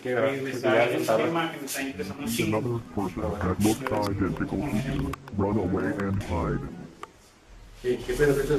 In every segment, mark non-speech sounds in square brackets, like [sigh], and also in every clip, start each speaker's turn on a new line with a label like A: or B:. A: que revisar el tema que me está interesando un chingo.
B: Another person that looked identical to you. Run away and hide.
C: ¿Qué, qué pedo que te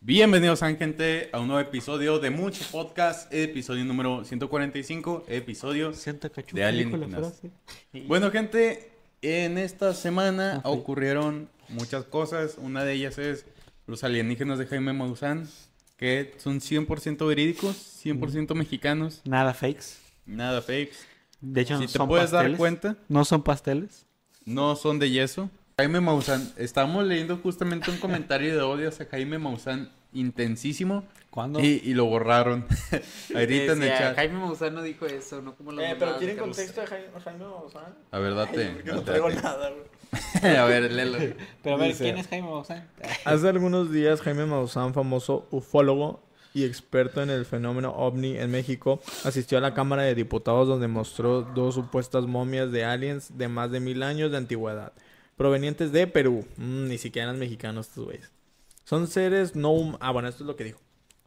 D: Bienvenidos, sean, gente, a un nuevo episodio de Mucho Podcast, episodio número 145, episodio.
E: Sienta cachuca,
D: De Alien
E: dijo la
D: Ignacio.
E: frase.
D: Bueno, gente, en esta semana
E: Ajá.
D: ocurrieron muchas cosas. Una de ellas es los alienígenas de Jaime Maussan, que son 100% verídicos,
E: Mm.
D: 100% mexicanos,
E: Nada fakes.
D: nada fakes.
E: De hecho,
D: Si
E: no
D: te
E: son
D: puedes dar
E: pasteles.
D: cuenta.
E: No son pasteles.
D: No son de yeso. Jaime Maussan, estamos leyendo justamente un comentario de odio hacia Jaime Maussan intensísimo
E: ¿Cuándo?
D: y, y lo borraron. [laughs] Ahorita en el
F: Decía,
D: chat.
F: Jaime Maussan no dijo eso, no como lo
G: Eh, pero tienen contexto de Jaime, Jaime Maussan.
D: A ver, date.
G: Porque no
D: date, [laughs]
G: traigo
D: date.
G: nada, güey.
D: a ver, léelo.
E: Pero a ver,
G: Dice-
E: ¿quién es Jaime Maussan?
H: Hace algunos días, Jaime Maussan, famoso ufólogo y experto en el fenómeno ovni en México, asistió a la Cámara de Diputados donde mostró dos supuestas momias de aliens de más de mil años de antigüedad, provenientes de Perú. Mm, ni siquiera eran mexicanos estos güeyes. Son seres no hum- Ah, bueno, esto es lo que dijo.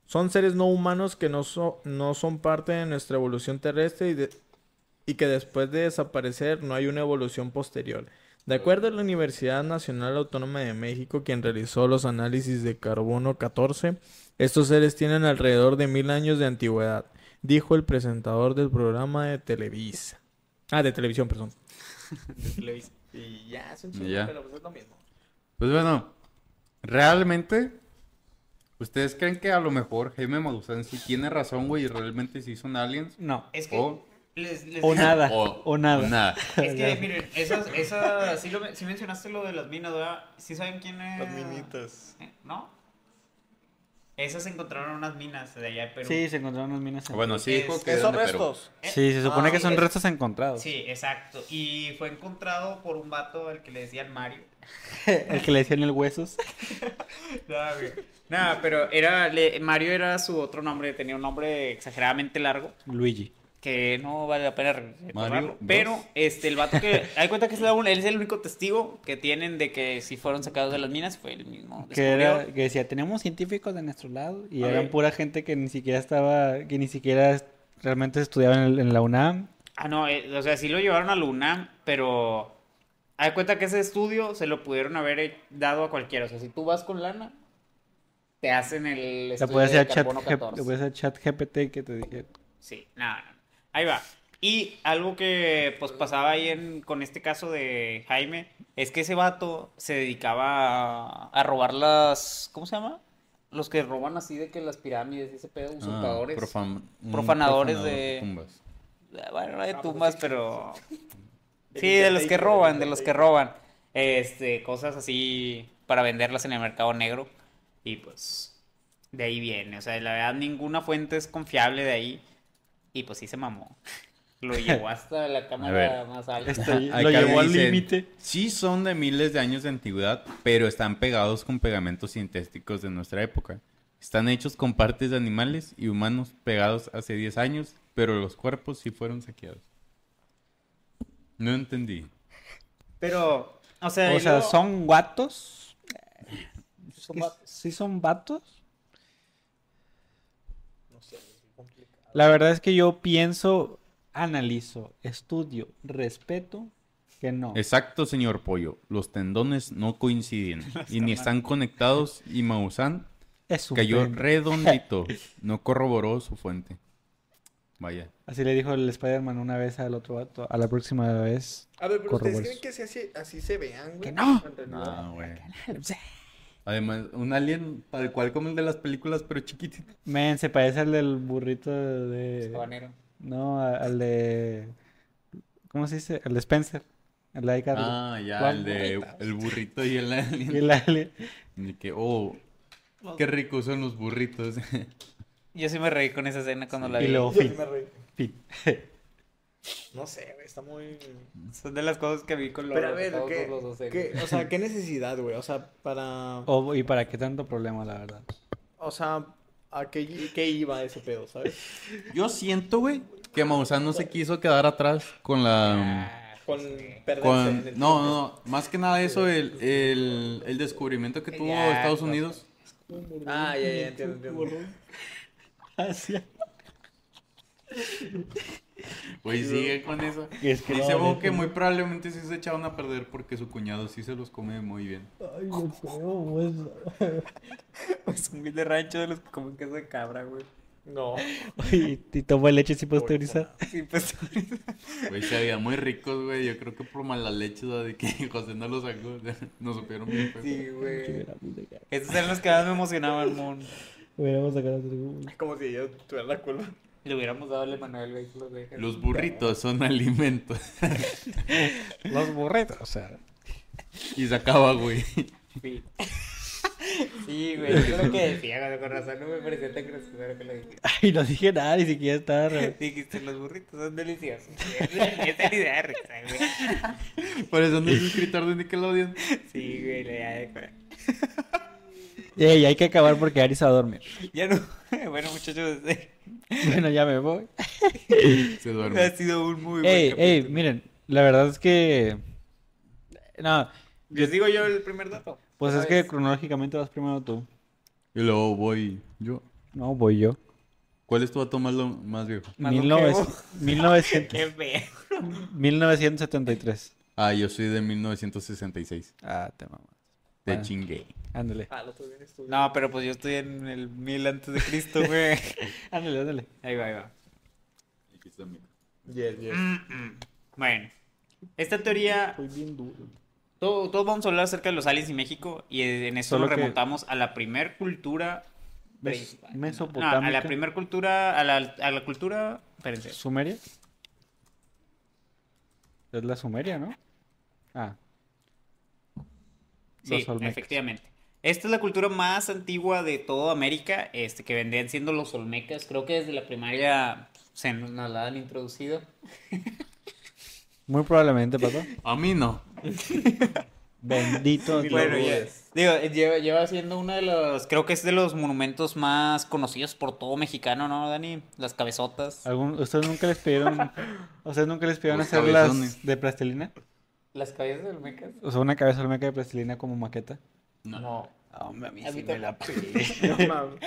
H: Son seres no humanos que no, so- no son parte de nuestra evolución terrestre y, de- y que después de desaparecer no hay una evolución posterior. De acuerdo a la Universidad Nacional Autónoma de México, quien realizó los análisis de carbono 14, estos seres tienen alrededor de mil años de antigüedad, dijo el presentador del programa de Televisa. Ah, de televisión, perdón.
G: Y ya, es un chingo,
D: Ya.
G: pero pues es lo mismo.
D: Pues bueno, realmente, ¿ustedes creen que a lo mejor Jaime Maussan sí tiene razón, güey, y realmente sí son aliens?
E: No.
F: Es que
G: Oh.
D: O,
F: les, les-
E: O nada.
D: o-
E: O nada.
D: o nada.
F: Es que, miren, esas, esas, sí, lo, men- sí mencionaste lo de las minas, ¿verdad? ¿Sí saben quién es?
G: Las minitas.
F: ¿Eh? ¿No? Esas encontraron unas minas de allá de Perú.
E: Sí, se encontraron unas minas. en-
D: Bueno, sí dijo que
G: ¿Qué
D: eran
G: Este, son
D: de Perú.
G: restos?
F: Eh,
E: Sí, se supone
G: ah,
E: que son
F: es-
E: restos encontrados.
F: Sí, exacto. Y fue encontrado por un vato al que le decían Mario.
E: [laughs]
F: [laughs]
E: el que le decían el huesos.
F: Nada, güey. Nada, pero era, le- Mario era su otro nombre, tenía un nombre exageradamente largo.
E: Luigi.
F: que no vale la pena recordarlo,
D: Mario
F: pero
D: Bros.
F: este el vato que
E: [laughs]
F: hay cuenta que es, la un- él es el único testigo que tienen de que si fueron sacados de las minas fue el mismo
E: Que, era,
F: descubrió.
E: que decía, tenemos científicos de nuestro lado. Y
F: A
E: eran
F: ver.
E: pura gente que ni siquiera estaba, que ni siquiera est- realmente estudiaban en, el- en la UNAM.
F: ah no eh, o sea sí lo llevaron a la UNAM pero hay cuenta que ese estudio se lo pudieron haber he- dado a cualquiera o sea si tú vas con lana te hacen el
E: La
F: estudio
E: puede
F: de
E: hacer chat,
F: carbono
E: G-
F: 14.
E: la puede hacer chat GPT que te dije.
F: Sí, nada, no, no. Ahí va. Y algo que pues pasaba ahí en- con este caso de Jaime es que ese vato se dedicaba a, a robar las, ¿cómo se llama? Los que roban así de que las pirámides, ese pedo,
D: Ah,
F: usurpadores.
D: profan- un
F: Profanadores
D: profanador
F: de-
D: tumbas.
F: Eh, Bueno, no
G: Ah,
F: de
G: pues
F: tumbas,
G: [laughs]
F: pero sí, de los que roban, de los que roban. Este, cosas así para venderlas en el mercado negro. Y pues, de ahí viene. O sea, la verdad, ninguna fuente es confiable de ahí. Y pues sí se mamó. [laughs] Lo llevó
E: [laughs]
F: hasta la cámara
D: ver.
F: más alta.
E: Este,
D: Acá
E: lo llevó al
D: dicen,
E: límite.
D: Sí son de miles de años de antigüedad, pero están pegados con pegamentos sintéticos de nuestra época. Están hechos con partes de animales y humanos pegados hace 10 años, pero los cuerpos sí fueron saqueados. No entendí.
F: Pero, o sea,
E: O
F: y
E: sea,
F: luego-
E: ¿son guatos?
F: Son
E: ¿Que
F: vatos.
E: ¿Sí son vatos? La verdad es que yo pienso, analizo, estudio, respeto, que no.
D: Exacto, señor Pollo. Los tendones no
E: [laughs]
D: coinciden y ni están conectados y Maussan
E: Es un
D: cayó
E: pene. [laughs]
D: redondito. No corroboró su fuente. Vaya.
E: Así le dijo el Spider-Man una vez al otro vato. A la próxima vez.
G: A ver, pero ¿ustedes
E: Corroboras.
G: creen que se hace- así se vean, güey?
E: ¡Que no!
G: En realidad.
D: No, güey.
I: [laughs]
D: Además, un alien tal cual como el de las películas, pero chiquitito.
E: Men, se parece al del burrito de.
F: Habanero.
E: No, a- al de. ¿Cómo se dice? Al de Spencer. Al de iCarly.
D: Ah, ya,
E: Las
D: el de el burrito y el
E: Y
F: [laughs]
D: alien.
E: el Ale-
D: Y que, oh, qué ricos son
I: [laughs]
D: los burritos.
F: Yo sí me reí con esa escena cuando la
E: Y
F: vi.
E: luego,
G: Yo sí
E: fin.
G: me reí.
E: fin.
G: No sé, güey, está muy...
F: Son de las cosas que vi con los
G: Pero a ver,
F: todos
G: ¿qué,
F: los dos en-
G: qué- o sea, ¿qué necesidad, güey? O sea, para...
E: Oh, ¿Y para qué tanto problema, la verdad?
G: O sea, ¿a qué, qué iba ese pedo, sabes?
D: Yo siento, güey, que Maussan no se quiso quedar atrás con la
F: Ah,
G: Con perderse.
I: Con-
G: en el
I: no,
G: tiempo.
I: no, no, más que nada eso, el, el, el descubrimiento que tuvo
F: Ya,
I: Estados
F: no.
I: Unidos.
G: Ah, ya, ya, entiendo, entiendo.
I: Güey, sigue con eso.
E: Es que
I: Dice
E: no,
I: Bo
E: neta,
I: que muy probablemente sí se echaron a perder porque su cuñado sí se los come muy bien.
E: Ay, no creo, güey.
F: Es un güey de rancho de [laughs] los que comen queso de cabra, güey.
G: No.
E: Oye, [laughs] ¿Y toma leche si puedes teorizar?
F: Sí, pues.
I: Güey, se había muy ricos, güey. Yo creo que por mala leche, ¿no? de que [laughs] José no los sacó. Nos supieron bien feo.
F: Sí, güey.
E: Hubiéramos sacado-
F: Estos eran los que más me emocionaban, mon.
E: hubiéramos sacado otro, güey.
G: Es como si yo tuviera la culpa.
F: Le hubiéramos dado a Emanuel, güey, que los deje.
I: Los burritos son alimentos. [laughs]
E: Los burritos, o sea.
I: Y sacaba, güey. [laughs]
F: [laughs] Sí. Sí, güey, eso es lo que decía, güey, con razón no me pareció tan gracioso que lo [laughs] dijiste.
E: [laughs] Ay, no dije nada, ni siquiera estaba. re-
F: Dijiste, los burritos son deliciosos. [laughs] Esa es la idea de risa, güey.
I: Por eso no es escritor de Nickelodeon.
F: Sí, güey, la idea de comer.
E: [laughs] Ey, hay que acabar porque Ari se va a dormir.
F: Ya no. [laughs] Bueno, muchachos, [laughs] eh,
E: [laughs] Bueno, ya me voy.
I: Se
F: ha
I: duerme.
F: sido un muy buen
E: Ey, ey,
F: capítulo.
E: miren, la verdad es que. No,
F: Les digo yo el primer dato.
E: pues
F: Una
E: es que
F: vez.
E: cronológicamente vas primero tú.
I: Y luego voy yo.
E: No, voy yo.
I: ¿Cuál es tu dato más, lo- más viejo?
F: Más
E: 1900 [laughs]
F: [laughs]
E: 1900
F: Qué feo.
E: 1973.
I: Ah, yo soy de 1966.
E: Ah, te mamas.
I: Te
E: Bueno.
I: chingué.
E: Ándale.
G: Ah, lo tuve bien estudiado.
F: No, pero pues yo estoy en el mil antes de Cristo, güey.
E: Ándale, ándale.
F: Ahí va, ahí va.
G: Yes, yes.
F: Mm, mm. Bueno, esta teoría
G: Fui bien duro.
F: Todo- todos vamos a hablar acerca de los aliens y México y en eso
E: Solo
F: nos
E: que-
F: remontamos a la primer cultura
E: Mes-
F: prehispánica.
E: Mesopotámica.
F: No, a la primer cultura, a la, a la cultura, espérense,
E: ¿Sumeria? Es la Sumeria, ¿no? Ah.
F: sí,
E: Los Olmecas.
F: efectivamente. Esta es la cultura más antigua de toda América, este, que vendrían siendo los olmecas, creo que desde la primaria se nos nos la han introducido.
E: Muy
F: [laughs]
E: probablemente, Pato.
I: A mí no.
E: Bendito. Dios.
F: Bueno, ya- digo, eh, lleva, lleva siendo uno de los, creo que es de los monumentos más conocidos por todo mexicano, ¿no, Dani? Las cabezotas.
E: ¿Algún- ¿Ustedes nunca les pidieron,
F: [laughs]
E: a ustedes nunca les pidieron
I: Los
E: hacer las
I: cabezones.
E: de plastilina?
F: Las cabezas de olmecas.
E: O sea, una cabeza olmeca de plastilina como maqueta.
F: No.
E: Hombre, a mí
F: A sí mí me tampoco. la
G: No mames.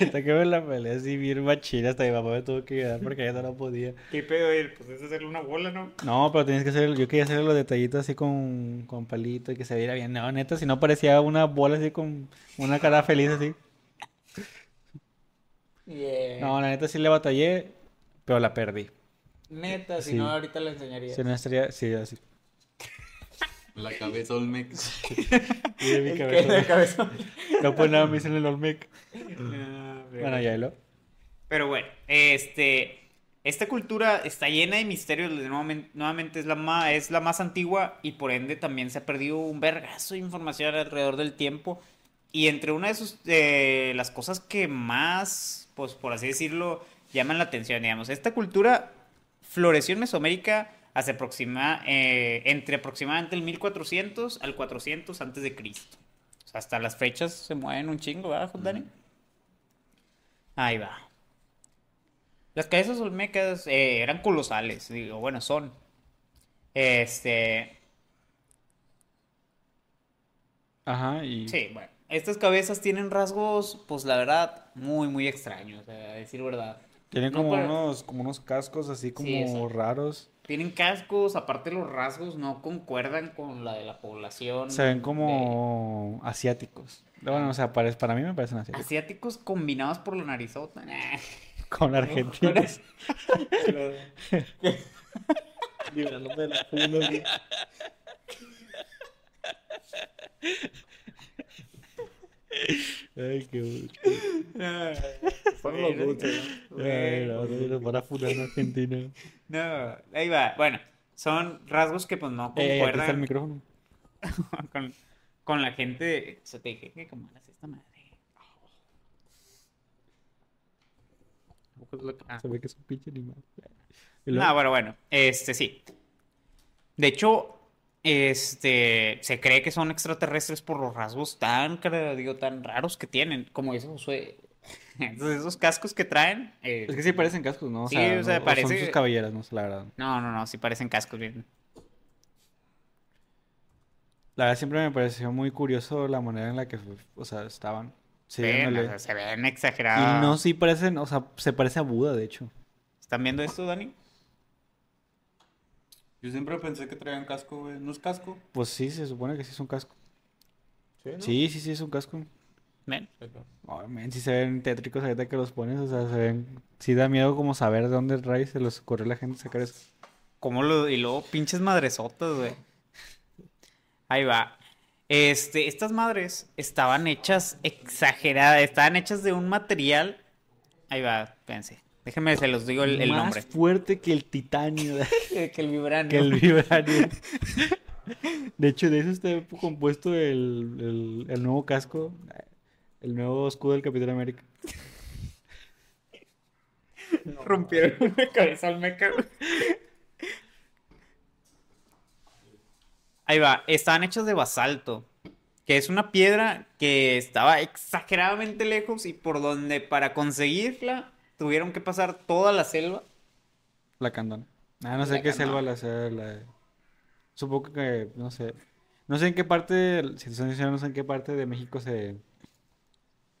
E: Hasta que ver la pelea así bien machina, hasta mi papá me tuvo que quedar porque ya no lo podía.
F: ¿Qué pedo él? Pues es hacerle una bola, ¿no?
E: No, pero tenías que hacer, yo quería hacer los detallitos así con, con palito y que se viera bien. No, neta, si no parecía una bola así con una cara feliz así. No, la neta sí le batallé, pero la perdí.
F: Neta, si
E: Sí.
F: no, ahorita la enseñaría.
E: Se me estaría, sí, así.
I: La cabeza Olmec.
E: Y de mi cabeza,
F: la cabeza.
E: No pues nada, me dicen el Olmec.
F: Ah,
E: Bueno, ya y lo.
F: Pero bueno, este. Esta cultura está llena de misterios. de Nuevamente, nuevamente es, la más, es la más antigua y por ende también se ha perdido un vergazo de información alrededor del tiempo. Y entre una de sus, eh, las cosas que más, pues por así decirlo, llaman la atención, digamos. Esta cultura floreció en Mesoamérica hace aproxima, eh, entre aproximadamente el 1400 al 400 antes de Cristo. O sea, hasta las fechas se mueven un chingo, ¿verdad, Dani? Ahí va. Las cabezas olmecas eh, eran colosales, digo, bueno, son. Este,
E: Ajá, y.
F: sí, bueno. Estas cabezas tienen rasgos, pues la verdad, muy, muy extraños, a decir verdad.
E: Tienen
F: No, pues-
E: como
F: pero-
E: unos, como unos cascos así como
F: eso.
E: raros.
F: Tienen cascos, aparte los rasgos no concuerdan con la de la población
E: Se ven
F: de Ah.
E: como asiáticos. Bueno, o sea, para, para mí me parecen asiáticos. [laughs]
F: asiáticos combinados por la narizota. [laughs] Nah.
E: Con argentinos.
G: [laughs] Librándome de la funa, güey.
E: Ay, qué bueno.
G: Fueron los dulces, ¿no?
E: Ay, no, no, no, Para funar a Argentina.
F: [laughs] No, ahí va. Bueno, son rasgos que pues no
E: Eh, aquí está el
F: concuerdan
E: micrófono.
F: con, con la gente. Se te dije que como haces esta madre. Ah.
E: Se ve que es un pinche animal. Y luego-
F: No, bueno, bueno, este sí. De hecho, este se cree que son extraterrestres por los rasgos tan, cara- digo, tan raros que tienen, como dice Josué. [laughs] Entonces, esos cascos que traen, eh,
E: Es que sí parecen cascos, ¿no? O
F: Sí,
E: sea,
F: o sea,
E: no- son
F: parece-
E: sus cabelleras, no sé, la verdad.
F: no, no, no, sí parecen cascos bien.
E: La verdad siempre me pareció muy curioso la manera en la que, o sea, estaban. Sí,
F: Ven,
E: ándale.
F: o sea, se ven exagerados.
E: Y no, sí parecen, o sea, se parece a Buda, de hecho.
F: ¿Están viendo esto, Dani?
I: Yo siempre pensé que traían casco, güey. ¿No es casco?
E: Pues sí, se supone que sí es un casco.
J: Sí, ¿no?
E: Sí, sí, sí es un casco.
F: Ven.
E: Ay, men, sí se ven tétricos ahorita que los pones, o sea, se ven... Sí da miedo como saber de dónde raíz se les ocurrió a la gente sacar eso.
F: ¿Cómo lo.? Y luego pinches madresotas, güey. Ahí va. Este, estas madres estaban hechas exageradas. Estaban hechas de un material. Ahí va, pensé. Déjenme, se los digo el, el
E: Más
F: nombre.
E: fuerte que el
F: [laughs]
E: titanio, [laughs]
F: Que el vibranio.
E: que el vibranio. De hecho, de eso está compuesto el, el- el nuevo casco, el nuevo escudo del Capitán América.
F: Rompieron [laughs] la cabeza al meca. güey. Ahí va, estaban hechos de basalto, que es una piedra que estaba exageradamente lejos y por donde para conseguirla tuvieron que pasar toda la selva.
E: La candona. Ah, no sé
F: La
E: qué selva
F: candona.
E: la sea la- Supongo que, no sé. No sé en qué parte, del- si te soy sincero, no sé en qué parte de México se...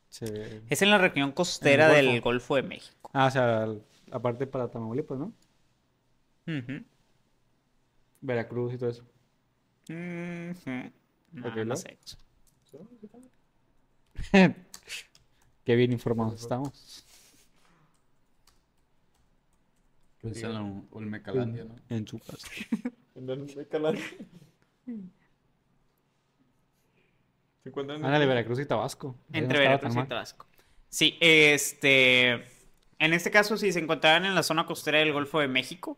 E: se...
F: Es en la región costera
E: En el
F: del Golfo de México.
E: Ah, o sea, al- aparte para Tamaulipas, ¿no?
F: Ujú.
E: Veracruz y
I: [laughs]
E: todo eso.
F: Ujú. No,
E: Ok,
F: no
E: ¿no?
F: sé.
E: Qué bien informados estamos.
I: Pues Es en la Olmecalandia, pues, ¿no?
E: En su casa. Ándale, Veracruz y Tabasco. Ahí no
F: Entre
E: estaba tan
F: Veracruz y
E: mal.
F: Tabasco. Sí, este. En este caso, sí, se encontraban en la zona costera del Golfo de México.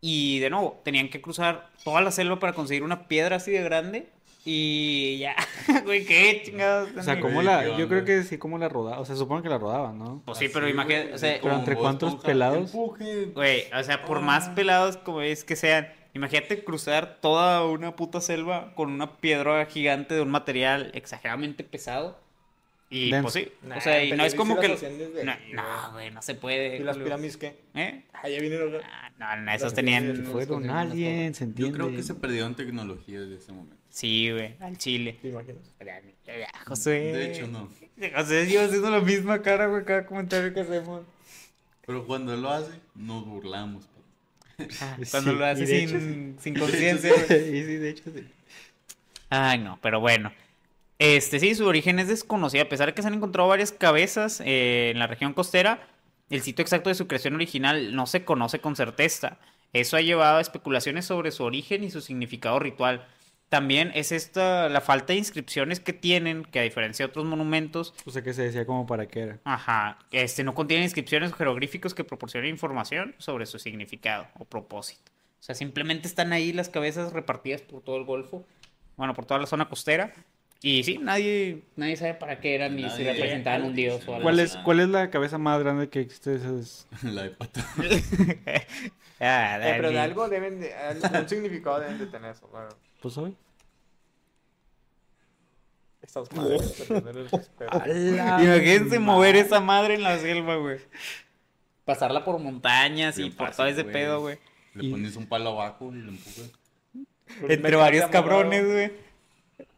F: Y de nuevo, tenían que cruzar toda la selva para conseguir una piedra así de grande. Y ya, [laughs] güey, qué chingados.
E: O sea,
F: Dani?
E: ¿cómo
I: Güey,
E: la...?
I: ¿qué
E: Yo creo
I: onda?
E: que sí, ¿cómo la rodaban? O sea, supongo que la rodaban, ¿no?
F: Pues sí, pero imagínate, o sea,
E: Pero entre cuántos pelados.
F: güey, o sea, por más
E: Ah.
F: pelados como es que sean, imagínate cruzar toda una puta selva con una piedra gigante de un material exageradamente pesado. Y
E: Denso.
F: pues sí,
G: Nah,
F: o sea, y
G: pero
F: no es
G: sí
F: como
G: las
F: que.
G: hacían desde
F: No,
G: ahí, güey.
F: no, güey, no se puede.
G: ¿Y las
F: Julio.
G: pirámides qué?
F: ¿Eh?
G: Ah, ya vinieron.
F: Ah, no, no, esos
G: Las
F: tenían.
G: pirámides.
E: Fueron aliens, ¿se
I: Yo creo
E: entiende?
I: que se perdieron tecnología desde ese momento.
F: Sí, güey, al chile.
G: ¿Te imaginas?
F: José.
I: De hecho, no.
F: José lleva haciendo la misma cara, güey, cada comentario que hacemos.
I: Pero cuando lo hace, nos burlamos. pa.
F: Cuando
E: Sí,
F: lo
E: y
F: hace
E: [laughs] de hecho
F: sin, sin conciencia, güey.
E: sí, [laughs] sí, de hecho sí.
F: Ay, no, pero bueno. Este sí, su origen es desconocido. A pesar de que se han encontrado varias cabezas eh, en la región costera, el sitio exacto de su creación original no se conoce con certeza. Eso ha llevado a especulaciones sobre su origen y su significado ritual. También es esta la falta de inscripciones que tienen, que a diferencia de otros monumentos,
E: O sea, que se decía como para qué era.
F: Ajá, este no contiene inscripciones o jeroglíficos que proporcionen información sobre su significado o propósito. O sea, simplemente están ahí las cabezas repartidas por todo el Golfo, bueno, por toda la zona costera. Y sí, nadie, nadie sabe para qué eran ni si
I: Nadie-
F: representaban un dios o algo.
E: ¿Cuál
F: así.
E: es, ¿Cuál es la cabeza más grande que existe? de esas?
I: [laughs] La de pato.
F: [laughs] Ah,
G: Eh, pero de
F: Dani.
G: algo deben de. Algún significado deben de tener eso. Bueno,
E: Pues hoy.
G: estas [laughs] madres. de tener el respeto.
F: Imagínense mover esa madre en la selva, güey. Pasarla por montañas y
I: Bien
F: por
I: fácil,
F: todo ese
I: güey.
F: pedo, güey.
I: Le pones un palo abajo y lo empujas.
F: Entre varios cabrones, güey.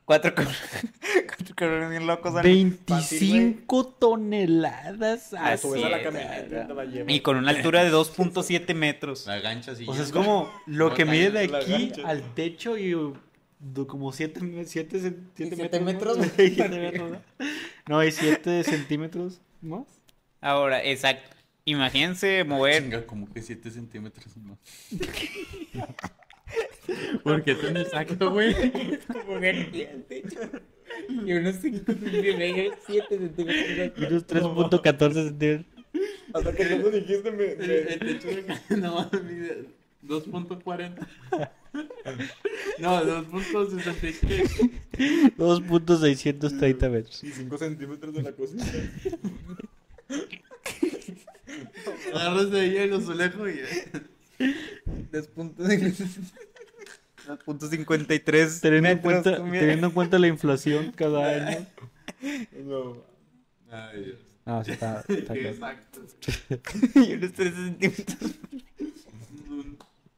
F: Cuatro cabrones. [laughs] Cuatro cabrones bien locos. salen.
E: 25 toneladas.
F: Ah,
E: así.
G: Tú ves a la
F: Sí,
G: camioneta y te la llevas.
F: Y con una altura de 2.7 metros.
I: La gancha así.
E: O sea,
I: [laughs]
E: es [laughs] como lo que mide de
G: la
E: aquí
G: gancha.
E: al techo y uh, du- como 7 siete, cen- siete
G: Siete
E: metros. ¿no? [laughs]
G: metros.
E: Siete metros, ¿no? No, hay 7 centímetros más.
F: Ahora, exacto. Imagínense mover.
I: Venga, como que 7 centímetros
E: [laughs]
I: más. ¿Por qué tan exacto, güey?
F: [laughs] Y unos 5 centímetros, 7 centímetros.
E: Menos 3.14 centímetros.
G: Hasta que tú lo dijiste, me.
I: El,
G: me- [laughs]
I: el techo de ca- [laughs] no mames, mide 2.40. [laughs] No, 2.63.
E: 2.630 metros.
G: Y 5 centímetros de la cocina.
D: [laughs]
I: Agarras de ahí el azulejo y.
F: 2.53
E: Teniendo en,
F: metros,
E: cuenta,
F: tú mira.
E: teniendo en cuenta la inflación cada año.
G: No.
I: Ay, Dios.
E: No, Ah,
D: [laughs]
E: sí está, está
I: Qué
E: claro.
I: exacto.
F: Y unos 3 centímetros.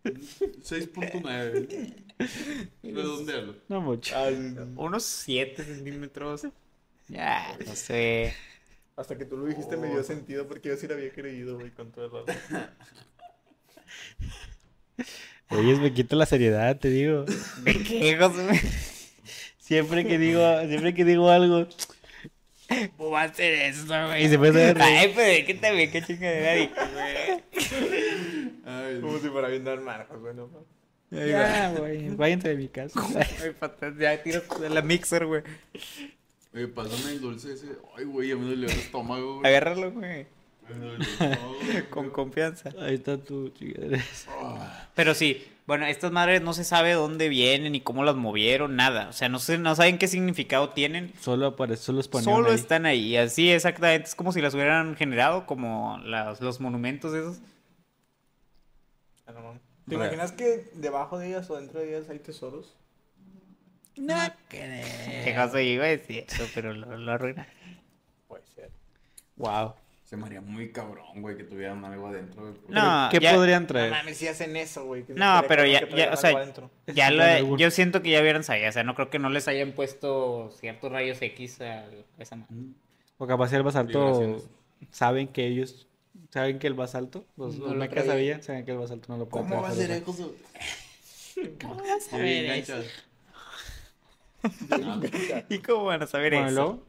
D: 6.9. Redondealo.
E: No mucho.
G: Al-
F: Unos 7 centímetros. Ya, no sé.
G: hasta que tú lo dijiste me
D: Oh.
G: dio sentido porque yo sí la había creído, güey, con todo el rato.
F: [laughs]
E: Oye, me quita la seriedad, te digo.
F: ¿De qué, José?
E: Siempre que digo, siempre que digo algo.
F: ¿Cómo va a hacer eso, güey?
E: Y se empieza a reír.
F: Ay, pero ¿qué también? ¿Qué chingadera? dije, güey?
D: Ay,
G: Como si fuera bien dar marcas, güey, no mames.
E: Ya, güey. Váyanse de mi casa.
F: Ay, patas, Ya tiro de la mixer, güey.
D: Oye, pásame el dulce ese. Ay, güey, a mí me dolió el estómago, güey.
F: Agárralo, güey.
D: Me dolió el estómago, güey.
F: Con confianza.
E: Ahí está tu chingadera.
F: Pero sí, bueno, estas madres no se sabe dónde vienen ni cómo las movieron, nada. O sea, no, sé, no saben qué significado tienen.
E: Solo aparece, solo es
F: Solo están ahí, así exactamente. Es como si las hubieran generado, como las- los monumentos esos.
G: ¿Te imaginas que debajo de ellas o dentro de ellas hay tesoros?
F: No Ah, ¿Qué cosa iba a decir eso, pero lo, lo arruina.
G: Puede ser.
F: Wow.
D: Se me haría muy cabrón, güey, que tuvieran algo adentro. güey, porque-
F: No,
E: ¿Qué
F: ya-
E: podrían
G: No
E: traer?
G: mames, si hacen eso, güey. que
F: No,
G: estaría
F: pero
G: cabrón
F: ya-
G: que
F: ya,
G: trajeran
F: o sea,
G: algo adentro.
F: Ya lo-
E: Bueno,
F: yo siento que ya hubieran sabido, o sea, no creo que no les hayan puesto ciertos rayos X a esa mano.
E: O capaz el basalto
D: Vibraciones.
E: saben que ellos saben que el basalto, los,
G: No
E: los
G: lo
E: mecas
G: traía.
E: sabían, saben que el basalto no lo pueden
D: ¿Cómo va a
E: trabajar,
D: ser
E: o sea.
D: eso? su-
F: a ver
D: Bien ganchas.
F: ¿Y cómo van a saber
E: Bueno, y
F: eso?
E: luego,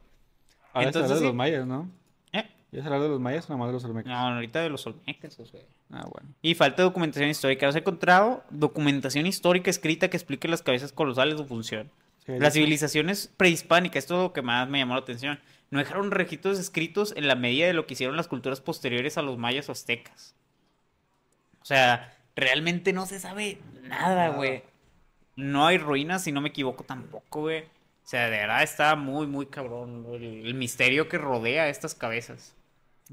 E: ahora es
F: Entonces,
E: hablar de los
F: sí.
E: mayas, ¿no?
F: ¿Eh?
E: Ya es hablar de los mayas, nada más de los olmecas.
F: No, ahorita de los olmecas, o sea.
E: Ah, bueno.
F: Y falta documentación histórica. No se ha encontrado documentación histórica escrita que explique las cabezas colosales su función.
E: Sí,
F: Las
E: sí.
F: civilizaciones prehispánicas, esto es lo que más me llamó la atención, no dejaron registros escritos en la medida de lo que hicieron las culturas posteriores a los mayas o aztecas. O sea, realmente no se sabe nada, güey. No hay ruinas, si no me equivoco tampoco, güey. O sea, de verdad está muy, muy cabrón el, el misterio que rodea a estas cabezas.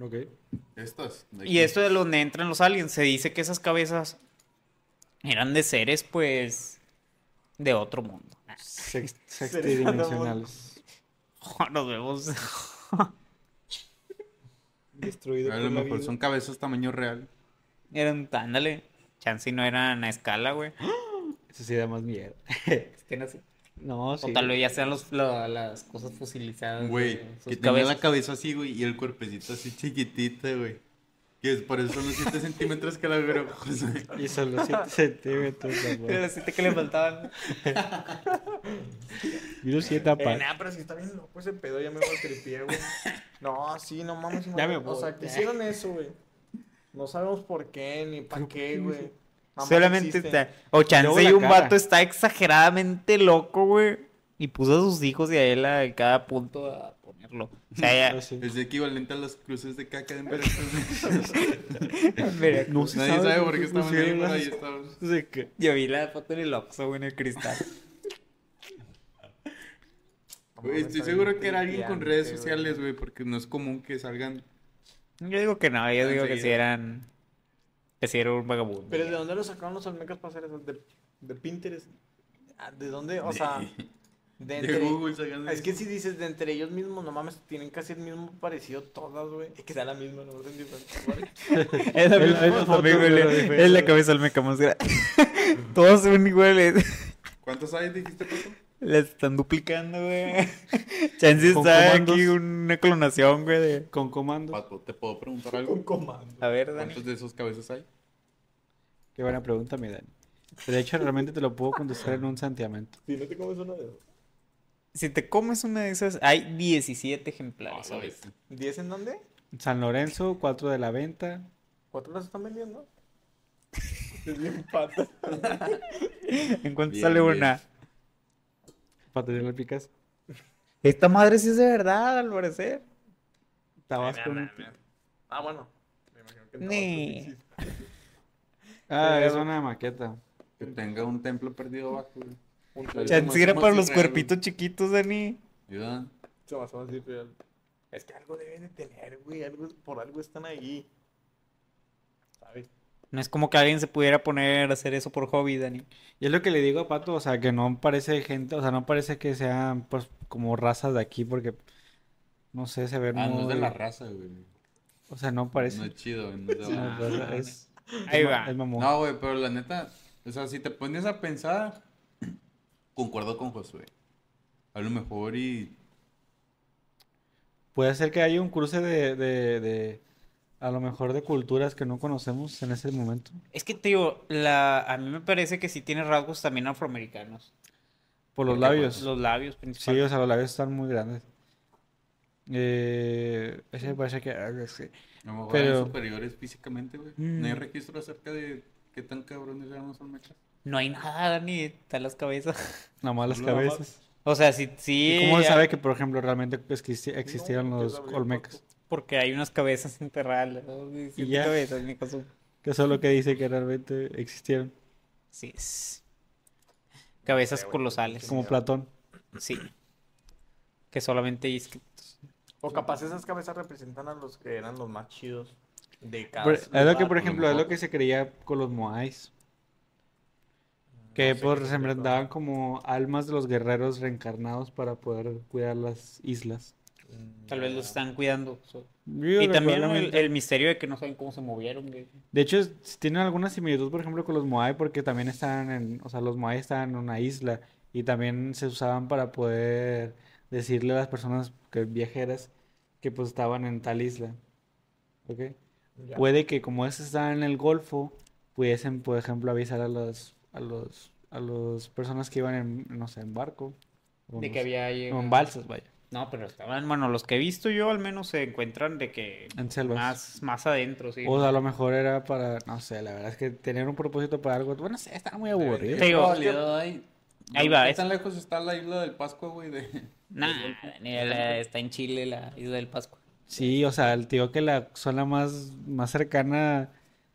E: Ok.
D: Estas. de
F: Y
D: aquí.
F: esto es donde entran los aliens. Se dice que esas cabezas eran de seres, pues, de otro mundo.
E: Sext- Sextidimensionales.
F: [laughs] Nos vemos.
G: Destruido
D: A lo
G: por la
D: mejor
G: vida.
D: son cabezas tamaño real.
F: Eran, ándale. Chance y no eran a escala, güey.
E: Eso sí da más miedo. No, sí.
F: O tal vez ya sean los, la- las cosas fosilizadas.
D: Güey,
F: de sus
D: que tenía la
F: cabezas.
D: cabeza así, güey, y el cuerpecito así chiquitita, güey. Que es por eso son los 7 centímetros que la pues, vieron.
E: Y solo [laughs] 7 centímetros. amor.
F: Era las siete que le faltaban.
E: Y los 7
G: Eh,
E: aparte.
G: nah, pero si está bien loco ese pedo, ya me lo tripié,
F: [laughs]
G: güey. No, sí, no mames.
E: Ya me
G: O
E: voy.
G: sea, que hicieron eso, güey. No sabemos por qué ni para qué, güey. Nada más
F: Solamente
G: existe.
F: está. O
E: Luego
F: chance
E: la
F: y un
E: cara.
F: vato está exageradamente loco, güey. Y puso a sus hijos y a él a cada punto a ponerlo. O
E: [laughs]
F: sea, ya.
E: Así.
D: Es equivalente a las cruces de caca de Veracruz.
F: [laughs] Mira,
E: No se
D: Nadie sabe, por
E: dónde
D: qué estaban ahí,
E: pusieron
D: pero
E: las-
D: ahí estaban.
E: No sé qué.
F: Yo vi la foto en el Oxxo, güey, en el cristal.
D: Güey, estoy seguro que era alguien con redes sociales, güey, porque no es común que salgan.
F: Yo digo que no, yo
D: Tan
F: digo que si
D: seguido.
F: eran. Que si era un vagabundo.
G: Pero ¿de dónde lo sacaron los almecas para hacer eso? ¿De, de Pinterest? Ah, ¿De dónde? O sea, de
D: de
G: entre...
D: Google salgan.
G: Es que si dices de entre ellos mismos, no mames, tienen casi el mismo parecido todas, güey. Es que sea la misma, no en [laughs] diferentes lugares.
F: Es la
E: Es
F: misma
E: la misma
F: foto,
E: foto,
F: güey,
E: pero
F: le-
E: diferente.
F: Es la cabeza del meca más grande. [laughs] Todos son iguales.
D: ¿Cuántos hay, dijiste, Paco?
F: La están duplicando, [laughs] güey. Chance
E: Con
F: está aquí
E: comandos.
F: una clonación, güey. de-
E: Con comando.
D: Paco, ¿te puedo preguntar
G: Un
D: algo?
G: comando.
F: A ver, Dani.
D: ¿Cuántos de esos cabezas hay?
E: Qué buena pregunta, mi Dani. De hecho, realmente te lo puedo contestar en un santiamento.
G: Si no te comes uno de esos.
F: Si te comes una de esas, hay 17
D: Ah,
F: ejemplares.
D: la
F: ahorita.
D: bestia.
G: ¿Diez en dónde?
E: San Lorenzo, 4 de la venta.
G: ¿Cuatro las están vendiendo? [laughs] Es bien pata.
F: ¿En cuánto
D: Bien,
F: sale
D: bien.
F: una?
E: Patricia Picas.
F: Esta madre sí es de verdad, al parecer.
E: Tabasco. ¿no?
G: Ah, bueno. Me imagino que en
F: Ni.
G: Tabasco sí existe.
E: Ah, es una maqueta.
D: Que tenga un templo perdido abajo, güey.
G: Un
D: Chance.
G: trailer.
F: Chance era
D: más
F: para
D: irreal,
F: los
D: güey.
F: cuerpitos chiquitos, Dani.
D: Ayuda.
G: Se me hace más irreal. Es que algo deben de tener, güey. Algo, por algo están ahí. ¿Sabes?
F: No es como que alguien se pudiera poner a hacer eso por hobby, Dani.
E: Y es lo que le digo a Pato, o sea, que no parece gente, o sea, no parece que sean pues como razas de aquí porque no sé, se ven
D: Ah, no es de
E: muy-
D: la raza, güey.
E: o sea, no
D: No
E: parece.
D: es chido, güey, no es de
E: No
D: la
E: es raza, es-
F: Ahí
E: ma-
F: va.
E: Es mamón.
D: No, güey, pero la neta, o sea, si te pones a pensar, [clears throat] concuerdo con Josué. A lo mejor y...
E: Puede ser que haya un cruce de, de, de- a lo mejor de culturas que no conocemos en ese momento.
F: Es que, tío, la... a mí me parece que sí tiene rasgos también afroamericanos.
E: Por los
F: Porque,
E: labios.
F: pues, Los labios
E: Sí, o
F: principalmente.
E: sea, los labios están muy grandes. Eh, ese parece que... ah, es que-
D: A lo mejor
E: Pero-
D: eran superiores físicamente, güey. No hay
E: Mm.
D: registro acerca de qué tan cabrones eran los almechas.
F: No hay nada, ni están las cabezas. [laughs]
E: Nomás las
D: Solo nomás-
E: cabezas.
F: O sea, sí, sí.
E: ¿Y cómo se
F: hay-
E: sabe que, por ejemplo, realmente existi- existieron los olmecas?
F: Porque hay unas cabezas [laughs] enterradas. ¿no? Sí, siete
E: ya.
F: cabezas, ni cosa.
E: Que eso es lo que dice que realmente existieron,
F: Sí, es. Cabezas colosales.
E: como Platón.
F: Sí. Que solamente hay escritos.
H: O capaz esas cabezas representan a los que eran los más chidos de cada
E: Por- es lo que, por
H: ciudad.
E: ejemplo, es lo que se creía con los moais. Que
H: sé
E: por,
H: qué
E: se
H: es eso.
E: enfrentaban como almas de los guerreros reencarnados para poder cuidar las islas.
F: Tal vez los están cuidando. so-
E: Yo
F: Y también
E: creo que
F: ¿no? el,
E: probablemente-
F: el misterio de que no saben cómo se movieron. güey.
E: De hecho, es- tienen alguna similitud, por ejemplo, con los Moai, porque también estaban en, o sea, los Moai estaban en una isla y también se usaban para poder decirle a las personas que, viajeras que pues estaban en tal isla. ¿Ok?
H: Ya.
E: Puede que como estos estaban en el Golfo, pudiesen, por ejemplo, avisar a los, a los, a las personas que iban en, no sé, en barco.
F: De
E: o Pues, no
F: que
E: sé,
F: había ahí.
E: o en balsas, vaya.
F: No, pero estaban, bueno, los que he visto yo al menos se encuentran de que
E: En selvas.
F: más, más adentro, sí.
E: O a lo mejor era para, no sé, la verdad es que tener un propósito para algo, bueno, no sé, estaba muy aburrido.
F: Te digo,
D: ahí?
F: ahí va,
D: ¿Qué
F: es-
D: tan lejos está la isla del Pascua, güey? De...
F: Nah, Daniel, eh, está en Chile la isla del Pascua.
E: Sí, o sea, el tío que la zona más, más cercana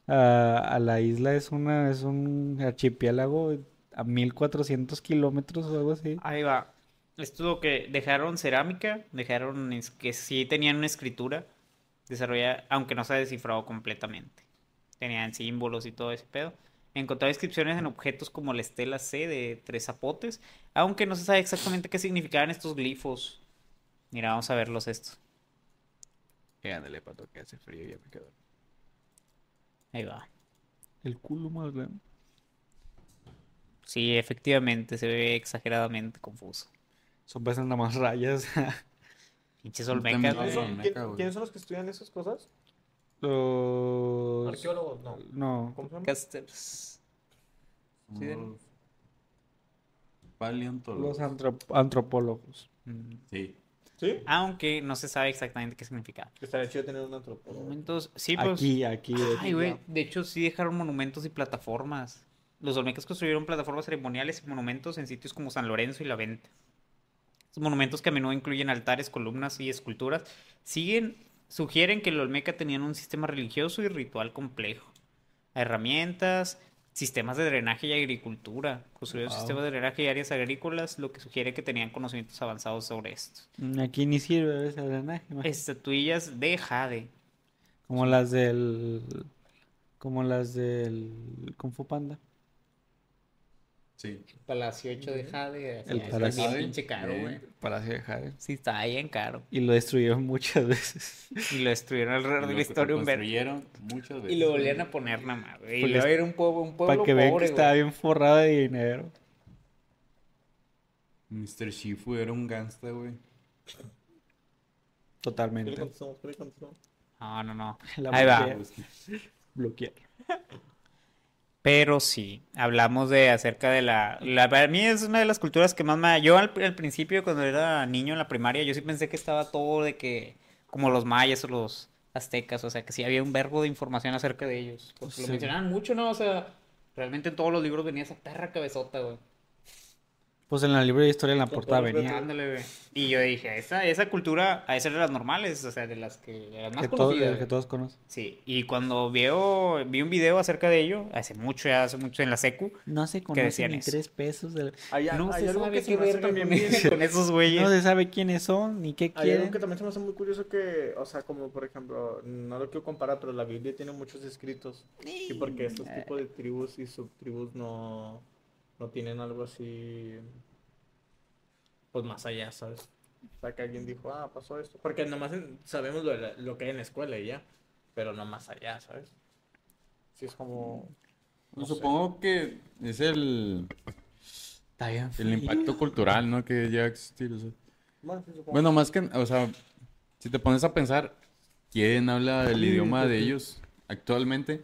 E: a, a la isla es una, es un archipiélago a 1400 kilómetros o algo así.
F: Ahí va. Esto es lo que dejaron cerámica, dejaron es- que sí tenían una escritura desarrollada, aunque no se ha descifrado completamente. Tenían símbolos y todo ese pedo. Encontraron inscripciones en objetos como la estela C de tres zapotes, aunque no se sabe exactamente qué significaban estos glifos. Mira, vamos a verlos estos.
D: Ándale, pato, que hace frío ya me quedo.
F: Ahí va.
E: El culo más grande.
F: Sí, efectivamente, se ve exageradamente confuso.
E: Son pues nada más rayas. [laughs]
F: Pinches
D: También
F: olmecas,
D: lo
F: güey.
H: ¿Quiénes son,
D: Olmeca,
H: quién-
D: güey.
H: quiénes son los que estudian esas cosas?
F: Pues,
E: Los...
H: Arqueólogos, no.
E: No,
H: ¿Cómo se llama?
F: Casters.
D: Sí, Dani. Paleontólogos.
E: los antrop- antropólogos.
F: Mm.
D: Sí.
H: Sí.
F: Aunque no se sabe exactamente qué significaba.
H: Estaría chido tener un antropólogo.
F: Monumentos, sí, pues.
E: Aquí, aquí.
F: Ay, güey. De hecho, sí dejaron monumentos y plataformas. Los olmecas construyeron plataformas ceremoniales y monumentos en sitios como San Lorenzo y La Venta. Estos monumentos que a menudo incluyen altares, columnas y esculturas siguen sugieren que el olmeca tenían un sistema religioso y ritual complejo. Herramientas, sistemas de drenaje y agricultura. Construyeron sistemas de drenaje y áreas agrícolas, lo que sugiere que tenían conocimientos avanzados sobre esto.
E: Mm, Aquí ni sirve ese drenaje, imagínate.
F: Estatuillas de jade.
E: Como las del... Como las del Kung Fu Panda.
D: Sí.
F: Palacio hecho de jade. así,
E: El
F: está
E: palacio.
F: bien pinche caro, güey.
E: Palacio de Jade.
F: Sí, está bien caro.
E: Y lo destruyeron [laughs] muchas veces.
F: Y lo destruyeron alrededor de la historia un Pues vergo.
D: construyeron muchas veces.
F: Y lo volvieron a poner nada más, güey. Y
E: Porque
F: luego
E: es-
F: era un pueblo, un
E: Para
F: pueblo
E: que vean que
F: pobre,
E: estaba
F: güey.
E: bien forrada de dinero.
D: Mr. Shifu era un gangsta, güey.
H: ¿Qué le
E: Totalmente.
H: contestamos? ¿Qué le contestamos?
F: No, no, no.
E: La
F: Ahí va.
E: bloquea- bloquear.
F: Pero sí, hablamos de acerca de la, la- Para mí es una de las culturas que más me... Yo al, al principio, cuando era niño en la primaria, yo sí pensé que estaba todo de que... Como los mayas o los aztecas, o sea, que sí había un verbo de información acerca de ellos. Porque Pues lo
E: Sí.
F: mencionaban mucho, ¿no? O sea, realmente en todos los libros venía esa perra cabezota, güey.
E: Pues en la libro de historia en la portada
H: todo
E: venía
F: Ándale, güey. Y yo dije, esa, esa cultura, a ser de las normales, o sea, de las que, de las más
E: que, todo-
F: conocidas.
E: que
F: güey.
E: todos conocen.
F: Sí, y cuando veo, vi un video acerca de ello, hace mucho, ya hace mucho en la secu,
E: No
F: conocen
E: se conocen
F: decían ni
E: ni
F: eso?
E: tres
F: tres
E: pesos.
H: Hay,
F: no
H: hay
F: se
H: algo
F: sabe
H: que se
F: qué
H: me hace
F: verga
H: también
F: con,
H: bien-
F: con esos güeyes.
E: No se sabe quiénes son ni qué
H: Hay algo
E: quieren.
H: que también se me hace muy curioso que, o sea, como por ejemplo, no lo quiero comparar, pero la Biblia tiene muchos escritos. Y porque estos tipos de tribus y subtribus no, no tienen algo así, pues más allá, ¿sabes? O sea, que alguien dijo, ah, pasó esto. Porque nomás en- sabemos lo, de la- lo que hay en la escuela y ya, pero no más allá, ¿sabes?
G: Sí, es como.
D: Pues Supongo que es el,
E: Está bien.
D: el impacto cultural, ¿no? Que ya existir. o sea.
G: Bueno, sí, supongo.
D: Bueno, más que, o sea, si te pones a pensar, ¿quién habla el idioma de ellos actualmente?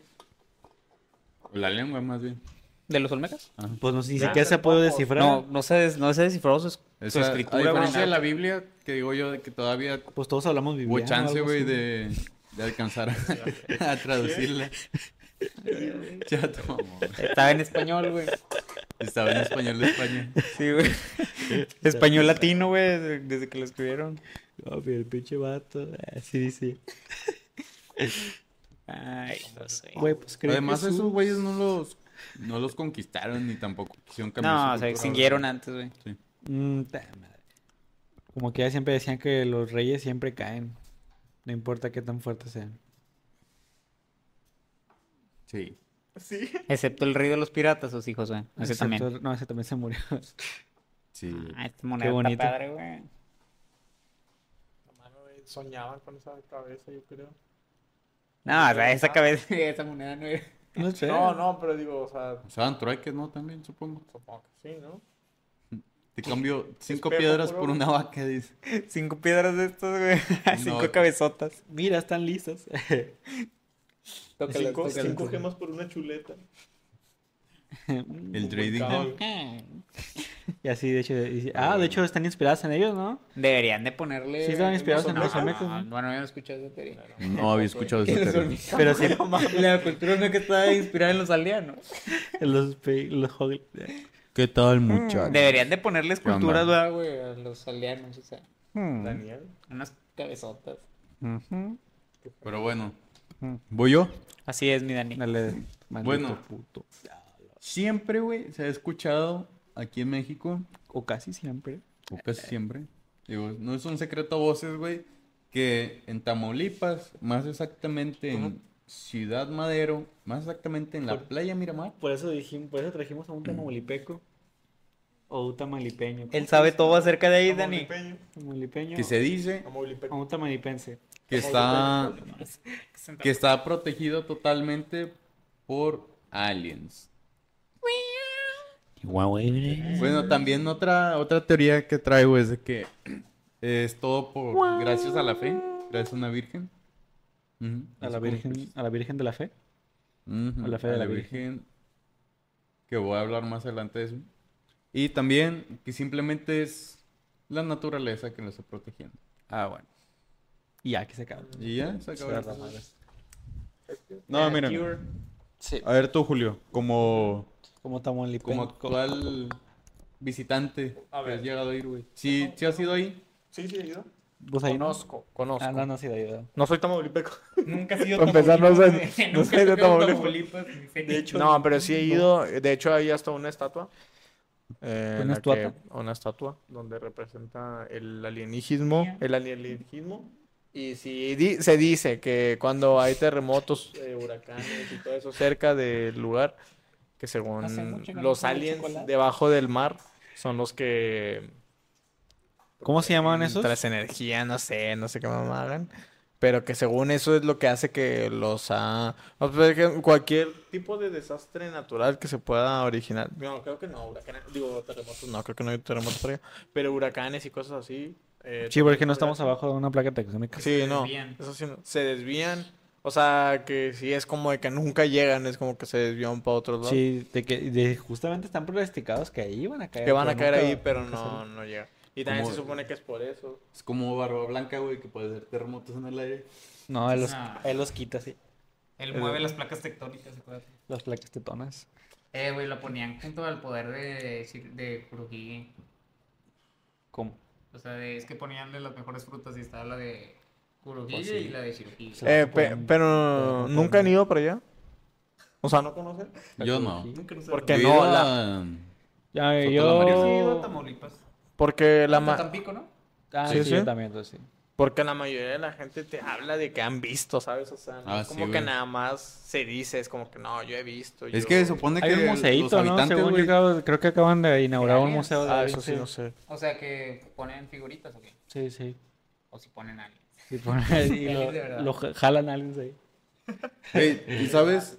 D: O la lengua, más bien.
F: ¿De los Olmecas?
E: Pues no sé, ni siquiera se ha podido descifrar.
F: No, no se, des- no se descifró su, es- su
D: Esa- a
F: escritura, güey.
D: diferencia de la Biblia, que digo yo, de que todavía
E: Pues todos hablamos
D: hubo
E: biblia.
D: chance, güey, de, de alcanzar
F: [laughs]
D: a, a traducirla. Chato, mamón.
F: Estaba en
E: [laughs]
F: español, güey.
D: Estaba en español de España.
F: Sí, güey. [laughs] Español latino, güey, desde- desde que lo escribieron.
E: No, Ah, pero el pinche vato. Así dice.
F: Ay, no sé.
E: Güey, pues [laughs] creo
D: Además,
E: que
D: esos güeyes no los, no los conquistaron ni tampoco quisieron cambiar su
F: No, se
D: cultura,
F: extinguieron antes, güey.
E: Mm, ta madre. Como que ya siempre decían que los reyes siempre caen. No importa qué tan fuertes sean.
D: Sí.
F: Excepto el rey de los piratas, sus hijos, güey. Ese
E: Excepto-
F: también.
E: No, ese también se murió.
D: Sí.
F: Ah, este moneda está
E: bonito.
F: padre, güey.
G: Mano, güey, Soñaban con esa cabeza, yo creo.
F: No, o sea, esa cabeza, [laughs] esa moneda no era.
E: [laughs] No sé.
G: No, no, pero digo, o sea,
D: Usaban trueques, ¿no? También, supongo.
G: supongo que sí, ¿no?
D: Te cambio cinco
G: Espejo
D: piedras
G: puro.
D: por una vaca, dice.
F: Cinco piedras de estas, güey. [laughs] Cinco
D: No.
F: cabezotas.
E: Mira, están listas.
F: [laughs] Tócalas,
G: Cinco,
F: tócalas.
G: cinco gemas por una chuleta.
D: El trading.
G: Cabrón.
E: y así, de hecho, dice- ah, de hecho están inspiradas en ellos, [laughs] ¿no?
F: Deberían de ponerle.
E: Sí, estaban inspirados en
F: No,
E: los olmecas,
F: no,
E: ¿no?
F: Bueno, yo no escuché esa teoría. [laughs]
D: No había escuchado esa teoría.
E: Pero sí,
F: La cultura no que está inspirada en los aldeanos.
E: [laughs] los, pe- los hog-
D: ¿Qué tal, muchacho?
F: Deberían de ponerles
D: ¿Qué onda?
F: culturas, ¿verdad, güey, a los aldeanos, o sea.
E: hmm.
H: Mm.
G: Daniel.
F: Unas cabezotas.
D: Pero bueno. ¿Voy yo?
F: Así es, mi Dani.
E: Dale, maldito
D: Bueno.
E: puto.
D: Siempre, güey, se ha escuchado aquí en México,
E: O casi siempre.
D: o casi siempre. Digo, no es un secreto a voces, güey, que en Tamaulipas, más exactamente en Ciudad Madero, más exactamente en la playa Miramar,
E: Por eso dijimos, por eso trajimos a un tamaulipeco. O un tamaulipeño.
F: Él sabe todo acerca de ahí, Dani.
G: Tamaulipeño.
E: Tamaulipeño.
D: que se dice
E: O
G: Tamaulipeño.
E: un tamaulipense.
D: que
E: [laughs]
D: está que está protegido totalmente por aliens. Bueno, también otra otra teoría que traigo es de que es todo por gracias a la fe, gracias a una virgen. Ujú,
E: A
D: así
E: la
D: como
E: Virgen,
D: Cristo.
E: a la Virgen de la Fe.
D: Ujú,
E: a la fe de la virgen.
D: Que voy a hablar más adelante de eso. Y también que simplemente es la naturaleza que lo está protegiendo. Ah, bueno.
E: Y ya que se acaba.
D: Y ya se acabó.
E: Cerra, madre.
G: Eh,
D: No, mira. A ver tú, Julio, como,
E: Como tamaulipeño.
D: como actual visitante
G: A
D: que
G: ver.
D: has llegado a ir, güey. Sí, sí has ido ahí.
G: Sí, sí, ayuda.
E: Pues ahí no.
H: Conozco, conozco.
E: Ah, no, no, sí, de ayuda.
H: No soy tamaulipeco.
F: Nunca ha sido
H: Para empezar, no
F: Tamaulipas,
H: soy-
F: güey.
H: no
F: Nunca
H: soy de
F: ha tocado
H: Tamaulipas.
F: Tamaulipas, ni sé ni-
H: No, pero sí he ido. De hecho, hay hasta una estatua. eh, en
E: ¿Una
H: la que-
E: estatua?
H: una estatua donde representa el alienismo. El alienismo. Y si di- se dice que cuando hay terremotos, eh, huracanes y todo eso cerca del lugar, que según
F: Hace mucho que no
H: los
F: como
H: aliens
F: chocolate.
H: debajo del mar son los que
E: ¿Cómo se llamaban esos?
H: Tras energía, no sé, no sé qué mamá hagan. Pero que según eso es lo que hace que los ha... o sea, que Cualquier tipo de desastre natural que se pueda originar. No, creo que no, huracanes. Digo, terremotos. No, creo que no hay terremotos por allá. Pero huracanes y cosas así. eh,
E: Sí, porque no estamos abajo de una placa tectónica.
H: Sí, no.
F: desvían.
H: Eso sí, no. Se desvían. O sea, que sí es como de que nunca llegan, es como que se desvían para otros lados.
E: Sí, de que de- justamente están pronosticados que ahí van a caer.
H: Que van a
E: pero
H: caer
E: nunca-
H: ahí, pero
E: nunca
H: no,
E: salen.
H: no llegan. Y también
D: Como-
H: se supone que es por eso.
D: Es como barba blanca, güey, que puede hacer terremotos en el aire.
E: No, él los,
F: Ah.
E: él los quita, sí.
F: Él mueve las placas tectónicas, acuérdate.
E: Las placas tetonas.
F: Eh, güey, lo ponían junto al poder de, Sir- de Kurohige.
E: ¿Cómo?
F: O sea, de- es que ponían de las mejores frutas y estaba la de Kurohige y la de Shirohige.
E: Sí. Claro,
H: Eh, pe-
E: pueden-
H: pero
E: pueden
H: nunca han
E: juntarme.
H: ido para allá. O sea, no conocen.
D: Yo no.
H: Porque
D: Yo he ido
H: no, la-
D: a-
E: Ya,
D: Soto
E: yo...
D: Lamarillo.
F: Sí, he ido a Tamaulipas.
H: porque la
F: Hasta
H: ma-
F: Tampico, ¿no?
E: Ah,
H: Sí,
E: sí,
H: sí.
E: yo también, entonces sí.
H: porque la mayoría de la gente te habla de que han visto, ¿sabes? O sea, no
D: Ah,
H: es
D: sí,
H: como que
D: güey.
H: nada más se dice, es como que no, yo he visto.
D: Es
H: yo-
D: que se supone
E: Hay
D: que
E: un
D: los
E: museito, ¿no?
D: habitantes,
E: Según
D: güey,
E: yo, creo- creo que acaban de inaugurar un
F: Aliens.
E: museo de
H: Ah,
E: aliens,
H: eso sí, no sé.
F: O sea, que ponen figuritas o qué.
E: Sí, sí.
F: O si ponen alguien.
E: Sí, ponen- y
F: Aliens
E: lo,
F: de verdad.
E: lo ja- jalan aliens ahí.
D: Güey, ¿y sabes?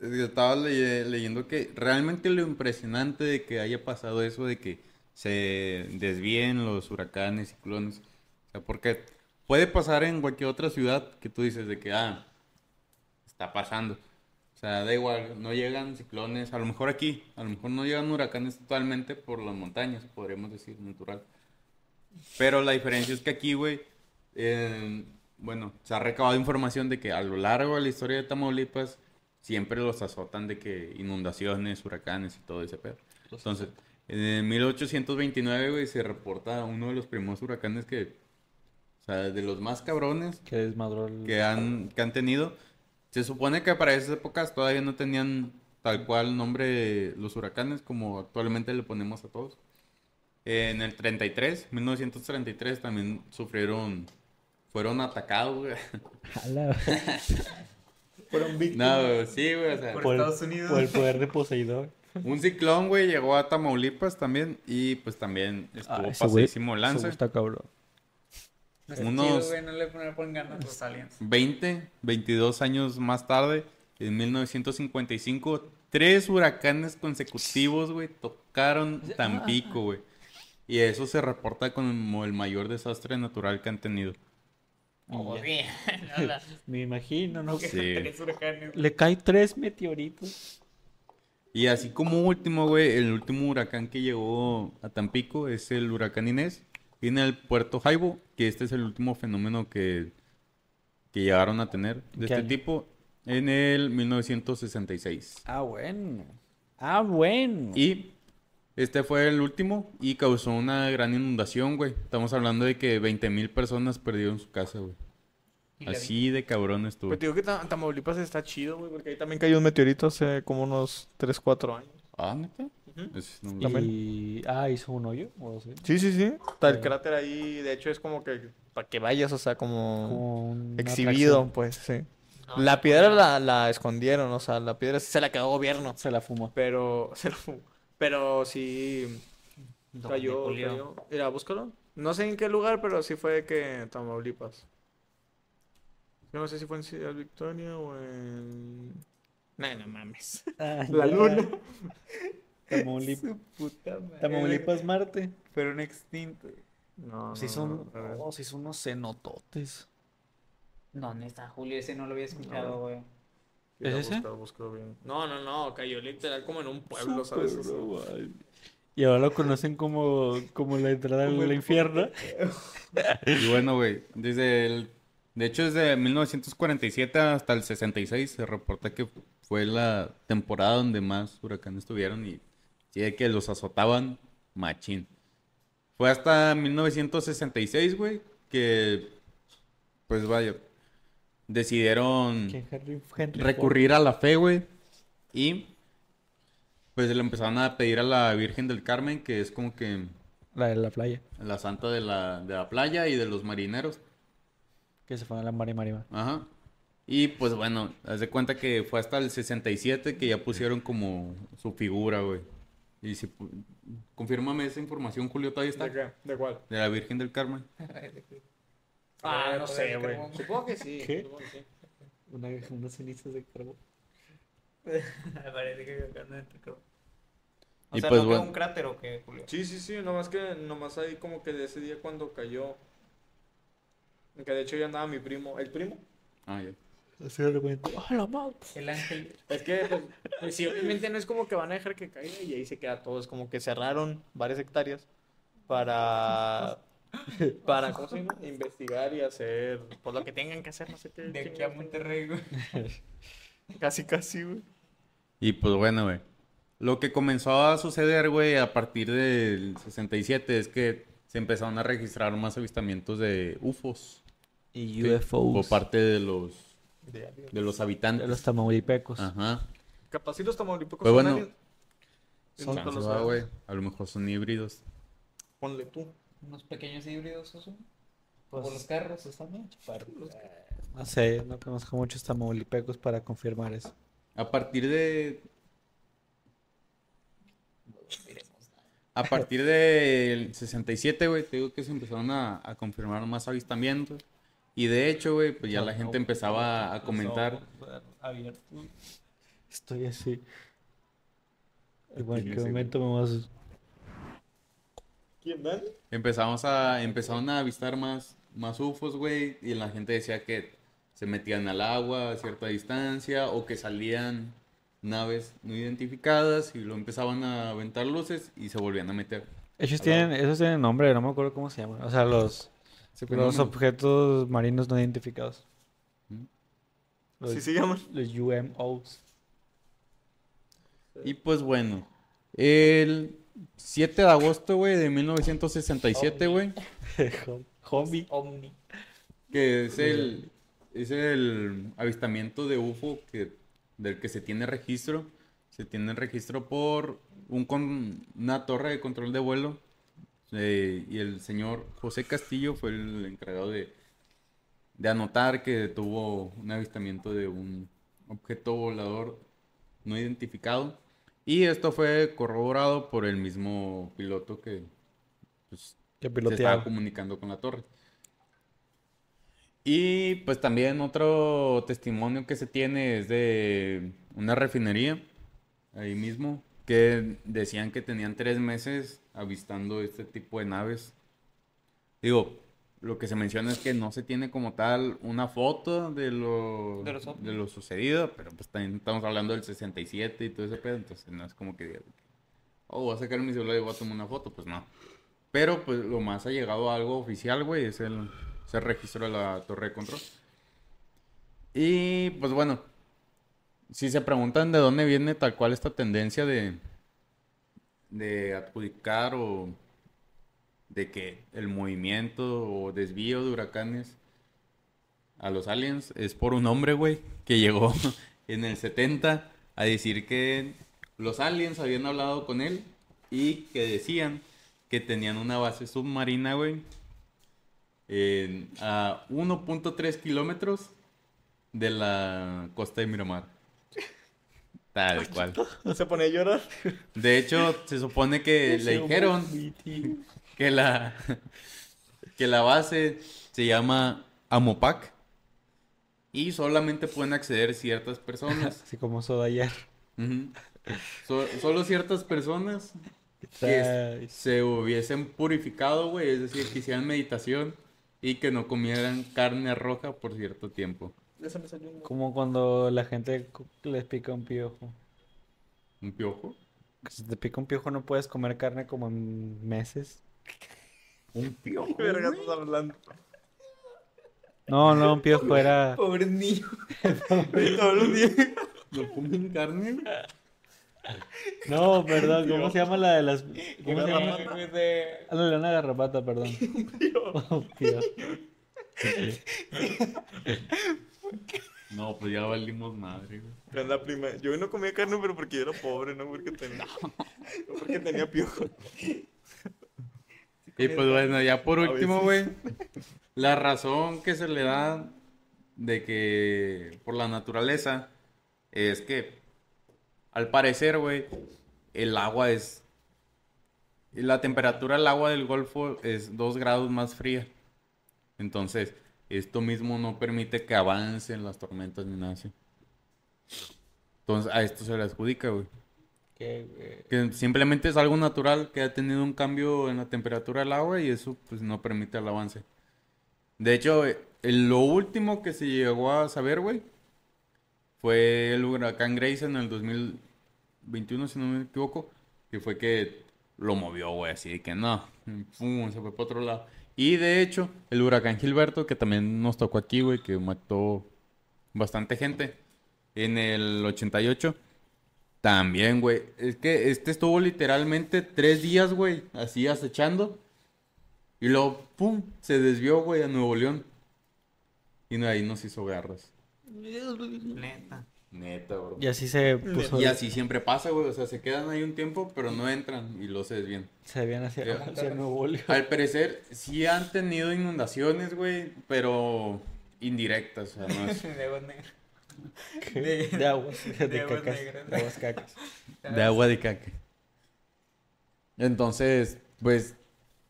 D: es que estaba leye- leyendo que realmente lo impresionante de que haya pasado eso, de que se desvíen los huracanes, ciclones, o sea, porque puede pasar en cualquier otra ciudad que tú dices de que, ah, está pasando. O sea, da igual, no llegan ciclones, a lo mejor aquí, a lo mejor no llegan huracanes totalmente por las montañas, podríamos decir, natural. Pero la diferencia es que aquí, güey, eh, bueno, se ha recabado información de que a lo largo de la historia de Tamaulipas siempre los azotan de que inundaciones, huracanes y todo ese pedo. Entonces, en 1829, güey, se reporta uno de los primeros huracanes que, o sea, de los más cabrones
E: Que desmadró el...
D: que han, que han tenido. Se supone que para esas épocas todavía no tenían tal cual nombre de los huracanes como actualmente le ponemos a todos. En el 33, 1933, también sufrieron, fueron atacados, güey.
G: Fueron víctimas.
D: No, güey, sí, güey, o sea,
E: [laughs] Por el-
G: Estados Unidos.
E: Por el poder de Poseidón.
D: un ciclón, güey, llegó a Tamaulipas también y pues también
E: Ah,
D: estuvo pasadísimo lanza.
E: está cabrón.
F: No está
D: Unos-
F: chido, güey, no le poner- pongan ganas los
D: [laughs]
F: aliens.
D: 20, 22 años más tarde, en 1955, tres huracanes consecutivos, güey, tocaron Tampico, güey. Y eso se reporta como el mayor desastre natural que han tenido.
F: Oh, [laughs]
E: ya.
F: bien. Hola.
E: [laughs] Me imagino, ¿no?
D: Sí.
F: Tres huracanes.
E: Le caen tres meteoritos.
D: Y así como último, güey, el último huracán que llegó a Tampico es el huracán Inés. Viene al puerto Jaibo, que este es el último fenómeno que, que llegaron a tener de
E: ¿Qué
D: este
E: año?
D: tipo en el 1966.
E: Ah, bueno. Ah, bueno.
D: Y este fue el último y causó una gran inundación, güey. Estamos hablando de que 20 mil personas perdieron su casa, güey.
F: Y la
D: Así de cabrón estuvo.
E: Pues,
H: Pero Pues te digo que Ta- Tamaulipas está chido, güey, porque ahí también cayó un meteorito hace como unos 3, 4 años.
D: Ah, ¿neta? Es- no,
E: Y- Ah, hizo un hoyo. o no
D: Ah.
E: sé.
H: Sí, sí, sí. Está el cráter ahí, de hecho es como que para que vayas, o sea, como
E: Como una
H: exhibido,
E: atracción.
H: pues, sí. La piedra la, la escondieron, o sea, la piedra sí se la quedó gobierno.
E: Se la fumó.
H: Pero, [laughs] se la fu- pero sí
F: ¿Dónde,
H: cayó,
F: Julio?
H: cayó. Mira, búscalo. No sé en qué lugar, pero sí fue que Tamaulipas. Yo no sé si fue en Ciudad Victoria o en... No, no mames. [laughs]
E: Ah,
H: La luna.
E: Tamaulipas,
F: Puta madre.
E: Tamaulipas Marte.
F: Eh, Fueron extintos.
H: No,
E: Sí
H: no,
E: son,
H: no, no.
E: oh, sí son unos cenototes.
F: ¿Dónde está Julio? Ese no lo había escuchado, güey.
E: ¿Es
H: Yo
E: ese?
H: busco- busco bien. No, no, no, cayó literal como en un pueblo, ¿sabes? O sea,
E: Y ahora lo conocen como, como la entrada al infierno.
D: Y bueno, güey, desde el... De hecho, desde 1947 hasta el 66 se reporta que fue la temporada donde más huracanes tuvieron y sí de que los azotaban machín. Fue hasta 1966, güey, que pues vaya, decidieron
E: Que Henry, Henry
D: recurrir a la fe, güey. Y pues le empezaron a pedir a la Virgen del Carmen, que es como que
E: Ford, La de la playa.
D: la santa de la, de la playa y de los marineros.
E: Que se fue a la mare marima.
D: Ajá. Y pues bueno, haz de cuenta que fue hasta el 67 que ya pusieron como su figura, güey. Y si pu- confírmame esa información, Julio, todavía está.
G: ¿De
D: De
G: qué? ¿De cuál?
D: la Virgen del Carmen.
F: Ah, no sé, güey. [laughs]
G: Supongo que sí.
E: ¿Qué?
G: supongo que sí.
E: Una, unas cenizas de carbón.
F: Parece que acá no entró. O
D: Y
F: sea,
D: pues,
F: ¿no quedó
D: bueno.
F: un cráter o qué, Julio?
G: Sí, sí, sí, nomás que nomás ahí como que de ese día cuando cayó. Que de hecho ya andaba mi primo. ¿El primo?
D: Ah, ya.
E: Así de repente. ¡Hola,
F: El ángel.
G: Es que pues,
H: [laughs] Pues sí, obviamente no es como que van a dejar que caiga y ahí se queda todo. Es como que cerraron varias hectáreas para. [laughs] Para ¿cómo se llama? investigar y hacer pues, lo que tengan que hacer, no sé qué.
F: De aquí a
H: chingados.
F: Monterrey, güey.
H: Casi, casi, güey.
D: Y pues bueno, güey. Lo que comenzó a suceder, güey, a partir del 67 es que se empezaron a registrar más avistamientos de UFOs.
E: Y
D: que- Por
E: UFOs.
D: parte de los, de los
E: De
D: habitantes.
E: los tamaulipecos.
D: Ajá.
H: Capaz si los tamaulipecos
D: Pues
H: son
D: bueno.
H: aliens.
E: Son-
H: Nunca lo
D: Chance va,
H: sabes.
D: Ah, güey. A lo mejor son híbridos.
H: Ponle tú.
F: Unos pequeños híbridos, ¿o
E: Pues,
F: Por los carros, están bien chaparros.
E: no sé, no conozco muchos tamaulipecos para confirmar eso.
D: A partir de. A partir del 67, güey, te digo que se empezaron a, a confirmar más avistamientos. Y de hecho, güey, pues ya la gente empezaba a comentar.
E: Estoy así. En cualquier momento me vas.
G: ¿Quién man?
D: Empezamos a, empezaron a avistar más, más UFOs, güey, y la gente decía que se metían al agua a cierta distancia o que salían naves no identificadas y lo empezaban a aventar luces y se volvían a meter.
E: Ellos tienen, esos tienen nombre, no me acuerdo cómo se llaman. O sea, los,
D: Se
E: los objetos marinos no identificados.
D: ¿Mm?
E: Los,
G: Sí, se [laughs] llaman.
E: los UMOs.
D: Y pues bueno, el 7 de agosto, güey, de 1967, güey,
E: Hobby.
F: Omni.
D: que es el, es el avistamiento de UFO que, del que se tiene registro. Se tiene registro por un con, una torre de control de vuelo. eh, y el señor José Castillo fue el encargado de, de anotar que tuvo un avistamiento de un objeto volador no identificado. Y esto fue corroborado por el mismo piloto que pues, se
E: Que
D: estaba
E: piloteaba.
D: comunicando con la torre. Y pues también otro testimonio que se tiene es de una refinería, ahí mismo, que decían que tenían tres meses avistando este tipo de naves. Digo, lo que se menciona es que no se tiene como tal una foto de lo,
F: De los ovnis.
D: de lo sucedido, pero pues también estamos hablando del 67 y todo ese pedo, entonces no es como que digas, oh, voy a sacar mi celular y voy a tomar una foto, pues no. Pero pues lo más ha llegado a algo oficial, güey, es el, se registró la torre de control. Y pues bueno, si se preguntan de dónde viene tal cual esta tendencia de, de adjudicar o de que el movimiento o desvío de huracanes a los aliens es por un hombre, güey, que llegó [laughs] en el 70 a decir que los aliens habían hablado con él y que decían que tenían una base submarina, güey, en- a 1.3 kilómetros de la costa de Miramar. Tal cual.
G: Se pone a llorar.
D: De hecho, se supone
G: [laughs]
D: que le dijeron que la que la base se llama Amopac y solamente pueden acceder ciertas personas.
E: Así como Soda ayer.
D: Ujú. So- solo ciertas personas que
E: Nice.
D: se hubiesen purificado, güey, es decir, que hicieran meditación y que no comieran carne roja por cierto tiempo.
G: Eso me salió un-
E: Como cuando la gente cu- les pica un piojo.
D: ¿Un piojo?
E: Que Si te pica un piojo no puedes comer carne como en meses.
D: ¿Un piojo?
G: ¿Qué verga estás hablando?
E: No, no, un piojo era...
F: Pobre niño.
G: Todos los días.
D: ¿No comen carne?
E: No, perdón, ¿cómo se llama la de las... ¿Cómo se llama?
F: De...
E: Ándale, una garrapata, perdón. Un piojo.
D: No, pues ya valimos madre, güey.
G: Pero la prima, yo no comía carne, pero porque yo era pobre, no porque tenía, [laughs] no porque tenía piojo.
D: Y pues bueno, ya por
G: A
D: último, güey,
G: veces. [laughs]
D: la razón que se le da de que por la naturaleza es que al parecer, güey, el agua es... La temperatura del agua del Golfo es 2 grados más fría. Entonces, esto mismo no permite que avancen las tormentas ni nada así. Entonces, a esto se le adjudica, güey. Que simplemente es algo natural que ha tenido un cambio en la temperatura del agua y eso pues no permite el avance. De hecho, eh, lo último que se llegó a saber, güey, fue el huracán Grace en el 2021, si no me equivoco, que fue que lo movió, güey, así de que no, pum, se fue para otro lado. Y de hecho, el huracán Gilberto, que también nos tocó aquí, güey, que mató bastante gente en el 88. También, güey. Es que este estuvo literalmente tres días, güey, así acechando. Y luego, pum, se desvió, güey, a Nuevo León. Y de ahí nos hizo garras.
F: Neta.
D: Neta, bro.
E: Y así se puso...
D: Y así siempre pasa, güey. O sea, se quedan ahí un tiempo, pero no entran y luego se desvían.
E: Se veían hacia,
D: Ya.
E: [laughs] hacia
F: [laughs]
E: Nuevo León.
D: Al parecer, sí han tenido inundaciones, güey, pero indirectas, o sea, no es-
F: De agua negra.
E: De, aguas, de,
F: de aguas
E: cacas,
F: negras.
E: de aguas cacas.
D: De agua de caca. Entonces, pues,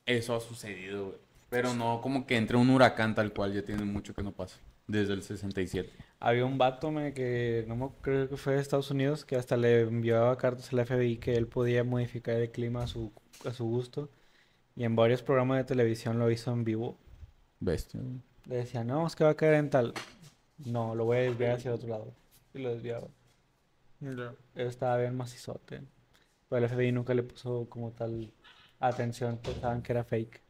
D: eso ha sucedido, güey. Pero no como que entre un huracán tal cual, ya tiene mucho que no pasa. Desde el 67.
E: Había un vato me, que no me creo que fue de Estados Unidos que hasta le enviaba cartas al FBI que él podía modificar el clima a su, a su gusto. Y en varios programas de televisión lo hizo en vivo.
D: Bestia.
E: Le decía, no, es que va a caer en tal. No, lo voy a desviar hacia el otro lado. Y lo desviaba. Él estaba bien macizote. Pero el FBI nunca le puso como tal atención. Pensaban que era fake.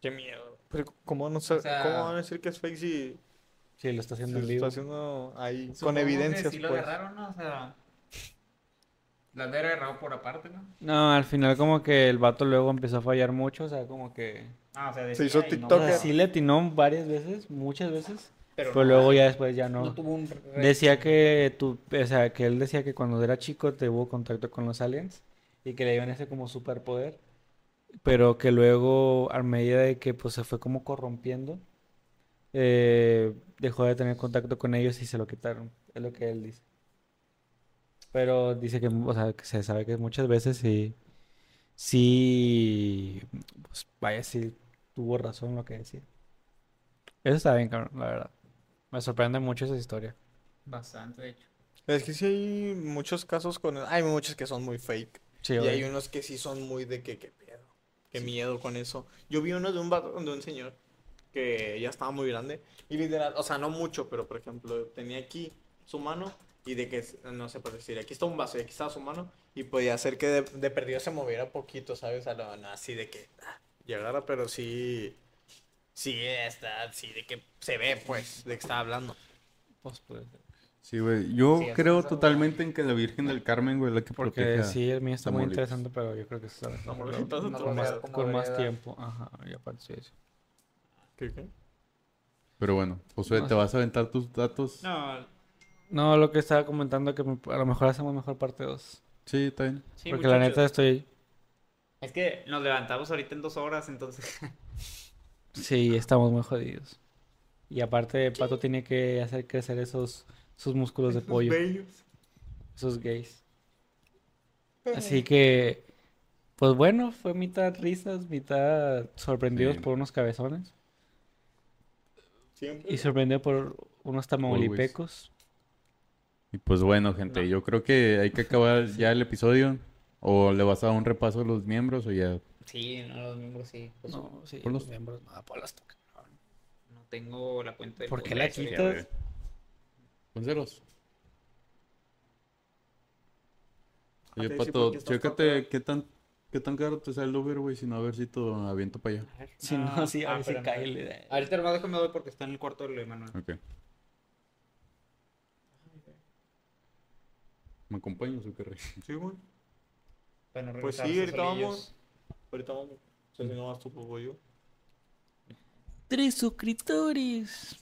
G: Qué miedo.
H: Pero ¿cómo, no sab-
F: O sea-
H: ¿Cómo van a decir que es fake si
E: Sí, lo está
H: si
E: haciendo
H: lo
E: en
H: está
E: vivo.
H: haciendo ahí
F: Supongo
H: con
F: que
H: evidencias?
F: sí lo
H: pues?
F: agarraron, ¿no? O sea, la han de haber agarrado por aparte, ¿no?
E: No, al final como que el vato luego empezó a fallar mucho. O sea, como que...
F: Ah, o sea,
H: Se
F: decía,
H: hizo
F: "Ay, no,
E: O
H: TikTok.
E: sea,
F: no,
E: sí le atinó varias veces, muchas veces.
F: pero
E: Pero
F: no,
E: luego ya después ya
F: no
E: no.
F: tuvo un... re-
E: Decía que tú, o sea, que él decía que cuando era chico tuvo contacto con los aliens y que le dieron ese como superpoder, pero que luego a medida de que pues se fue como corrompiendo, eh, dejó de tener contacto con ellos y se lo quitaron, es lo que él dice. Pero dice que, o sea, que se sabe que muchas veces sí, sí, pues vaya, sí tuvo razón lo que decía. Eso está bien, cabrón, la verdad. Me sorprende mucho esa historia.
F: Bastante, de hecho.
H: Es que sí hay muchos casos con... Hay muchos que son muy fake.
E: Sí,
H: Y
E: oye.
H: hay unos que sí son muy de que, qué pedo, qué miedo con eso. Yo vi uno de un vato- de un señor que ya estaba muy grande y literal, o sea, no mucho, pero por ejemplo, tenía aquí su mano y de que, no sé, por decir, aquí está un vaso y aquí estaba su mano y podía hacer que de, de perdido se moviera poquito, ¿sabes? A lo- no, así de que ah, llegara, pero sí, sí, está, así de que se ve, pues, de que estaba hablando.
E: Pues, pues,
D: Sí, güey. Yo
F: Sí, así
D: creo
F: pasa,
D: totalmente en que la Virgen del Carmen, güey, es la que
E: Porque
D: protege. a-
E: sí, el mío está muy
D: Tamaulipas.
E: interesante, pero yo creo que se sabe
H: Como lo-
F: no
H: todo todo
F: lo
E: con
H: mal.
E: más,
F: veo como
E: con más
F: vereda.
E: tiempo. Ajá, y aparte sí, sí.
H: ¿Qué, qué?
D: Pero bueno, Josué, ¿te vas a aventar tus datos?
A: No,
E: No, lo que estaba comentando que me- a lo mejor hacemos mejor parte 2.
D: Sí, está bien.
F: Sí,
E: porque la
F: muchachos,
E: neta estoy...
F: Es que nos levantamos ahorita en dos horas, entonces... [laughs]
E: Sí, estamos muy jodidos. Y aparte, Pato tiene que hacer crecer esos sus músculos de pollo. Esos gays. Así que, pues bueno, fue mitad risas, mitad sorprendidos
D: Sí.
E: por unos cabezones.
H: Siempre.
E: Y sorprendido por unos tamaulipecos.
D: Y pues bueno, gente, yo creo que hay que acabar ya el episodio. ¿O le vas a dar un repaso a los miembros o ya?
F: Sí, no, los miembros sí. Pues, no.
E: No, sí,
D: Por los-
E: los miembros, no, por los toca.
F: tengo la cuenta del
E: ¿Por qué la
F: podcast ahorita.
E: quitas?
D: Ponceros. Oye,
H: Ok, sí,
D: Pato,
H: porque estás
D: chécate
H: tatuado.
D: qué tan, qué tan caro te sale el Uber, güey, si no a ver si te lo aviento para allá.
F: A ver,
E: Si no, sí, a
F: ah,
E: ver si
F: espérame.
E: cae el de-
F: Ahorita nomás déjame doy porque está en el cuarto de lo de Manuel.
D: Ok. ¿Me acompañas o qué rey?
H: Sí, güey.
F: Para no
H: Pues sí,
F: regresarse
H: ahorita
F: solillos.
H: vamos. Ahorita vamos. O sea, si no vas tú, pues voy yo.
E: Tres suscriptores.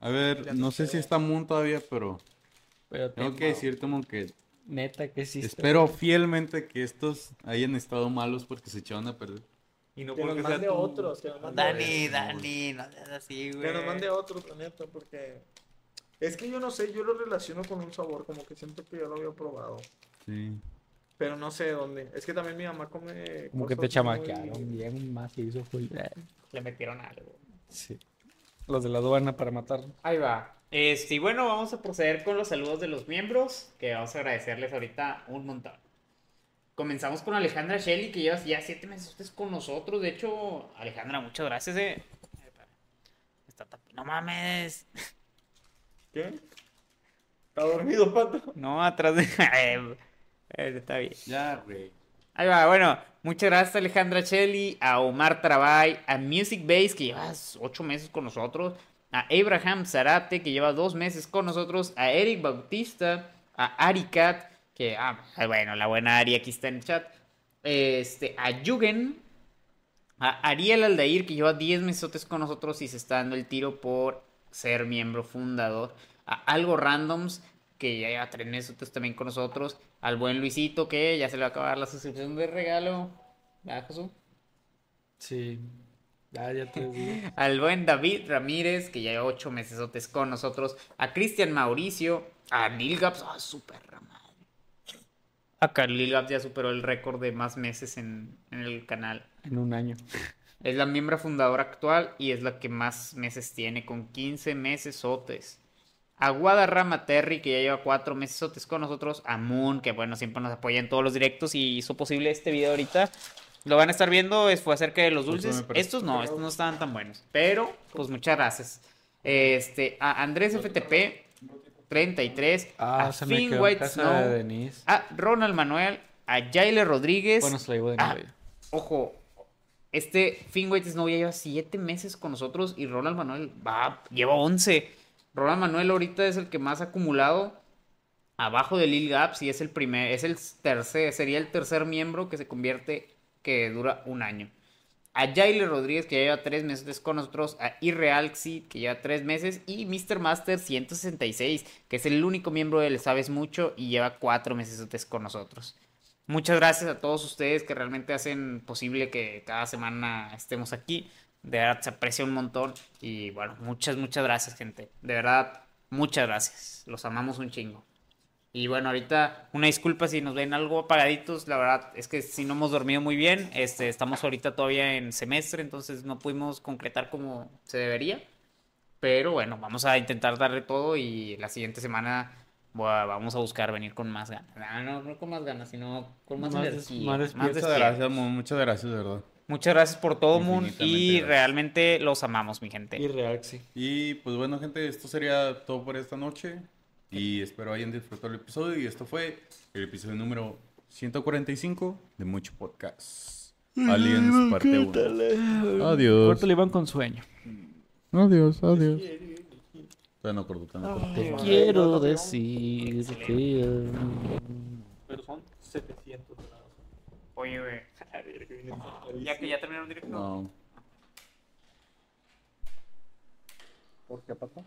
D: A ver, no sé si está Moon todavía, pero
E: Pero
D: tengo que decirte, Moon, que
E: neta que sí. está-
D: espero fielmente que estos hayan estado malos porque se echaron a perder.
F: Y no
G: Que nos
F: porque sea
G: mande
F: tu-
G: otros, que nos mande
F: Dani, Dani, no seas así, güey.
G: Que nos mande otro, la neta, porque. Es que yo no sé, yo lo relaciono con un sabor, como que siento que yo lo había probado.
D: Sí.
G: Pero no sé dónde. Es que también mi mamá come.
E: Como que
G: cosas
E: te
G: muy-
E: chamaquearon bien macizo, Julio.
F: Le metieron algo.
E: Sí. Los de la aduana para matar.
F: Ahí va. Este, y bueno, vamos a proceder con los saludos de los miembros, que vamos a agradecerles ahorita un montón. Comenzamos con Alejandra Shelley, que llevas ya siete meses con nosotros. De hecho, Alejandra, muchas gracias. eh. Está tap- No mames.
G: ¿Qué? ¿Está dormido, pato?
F: No, atrás de... [laughs] Eh, eh, Está bien.
D: Ya, güey.
F: Ahí va, bueno, muchas gracias a Alejandra Shelley, a Omar Trabay, a Music Base, que llevas ocho meses con nosotros, a Abraham Zarate, que lleva dos meses con nosotros, a Eric Bautista, a Ari Cat, que, ah, ay, bueno, la buena Ari aquí está en el chat, este, a Yugen, a Ariel Aldair, que lleva 10 mesotes con nosotros y se está dando el tiro por ser miembro fundador. A Algo Randoms, que ya lleva 3 mesotes también con nosotros. Al buen Luisito, que ya se le va a acabar la suscripción de regalo. ¿Verdad, Josu?
E: Sí. Ya, ya te [laughs] digo.
F: Al buen David Ramírez, que ya lleva 8 mesesotes con nosotros. A Cristian Mauricio. A Neil Gaps. ¡Ah, su perra madre! Acá Lil Gaps ya superó el récord de más meses en, en el canal.
E: En un año.
F: Es la miembro fundadora actual y es la que más meses tiene, con 15 meses sotes. A Guadarrama Terry, que ya lleva 4 meses sotes con nosotros. A Moon, que bueno, siempre nos apoya en todos los directos y hizo posible este video ahorita. Lo van a estar viendo, es, fue acerca de los dulces. Estos no, estos no estaban tan buenos. Pero, pues muchas gracias. Este, a Andrés FTP 33,
E: Ah,
F: a
E: se me
F: Finn
E: quedó en Ah,
F: White
E: casa
F: Snow,
E: de Denise.
F: a Ronald Manuel, a Jaile Rodríguez.
E: Bueno, se la llevó
F: Ah,
E: Denise.
F: ojo, este Finn White Snow ya lleva 7 meses con nosotros y Ronald Manuel va, lleva 11. Ronald Manuel ahorita es el que más ha acumulado abajo de Lil Gaps y es el primer, es el tercer, sería el tercer miembro que se convierte que dura un año. A Jaile Rodríguez, que ya lleva tres meses con nosotros, a Irrealxi, que lleva tres meses, y Mr. Master 166, que es el único miembro del Sabes Mucho y lleva cuatro meses con nosotros. Muchas gracias a todos ustedes que realmente hacen posible que cada semana estemos aquí. De verdad, se aprecia un montón. Y bueno, muchas, muchas gracias, gente. De verdad, muchas gracias. Los amamos un chingo. Y bueno, ahorita una disculpa si nos ven algo apagaditos, la verdad es que si no hemos dormido muy bien, este, estamos ahorita todavía en semestre, entonces no pudimos concretar como se debería, pero bueno, vamos a intentar darle todo y la siguiente semana bueno, vamos a buscar venir con más ganas. Ah, no, no con más ganas, sino con más,
E: Más des-
F: energía,
E: más
F: más
E: despierto.
F: despierto.
I: Muchas gracias, Mon, muchas gracias, de verdad.
F: Muchas gracias por todo, Moon,
I: Infinitamente
F: y
I: gracias.
F: realmente los amamos, mi gente.
E: Y Reaxi.
D: Y pues bueno, gente, esto sería todo por esta noche. Y espero hayan disfrutado el episodio. Y esto fue el episodio número 145 de Mucho Podcast. Aliens parte 1. Adiós.
E: Corto le iban con sueño.
I: Adiós, adiós.
D: Todavía no corto, todavía no corto.
E: Te quiero decir que...
G: Pero son 700 grados.
F: Oye, güey, ya que ya terminaron directo.
D: No.
G: ¿Por qué, papá?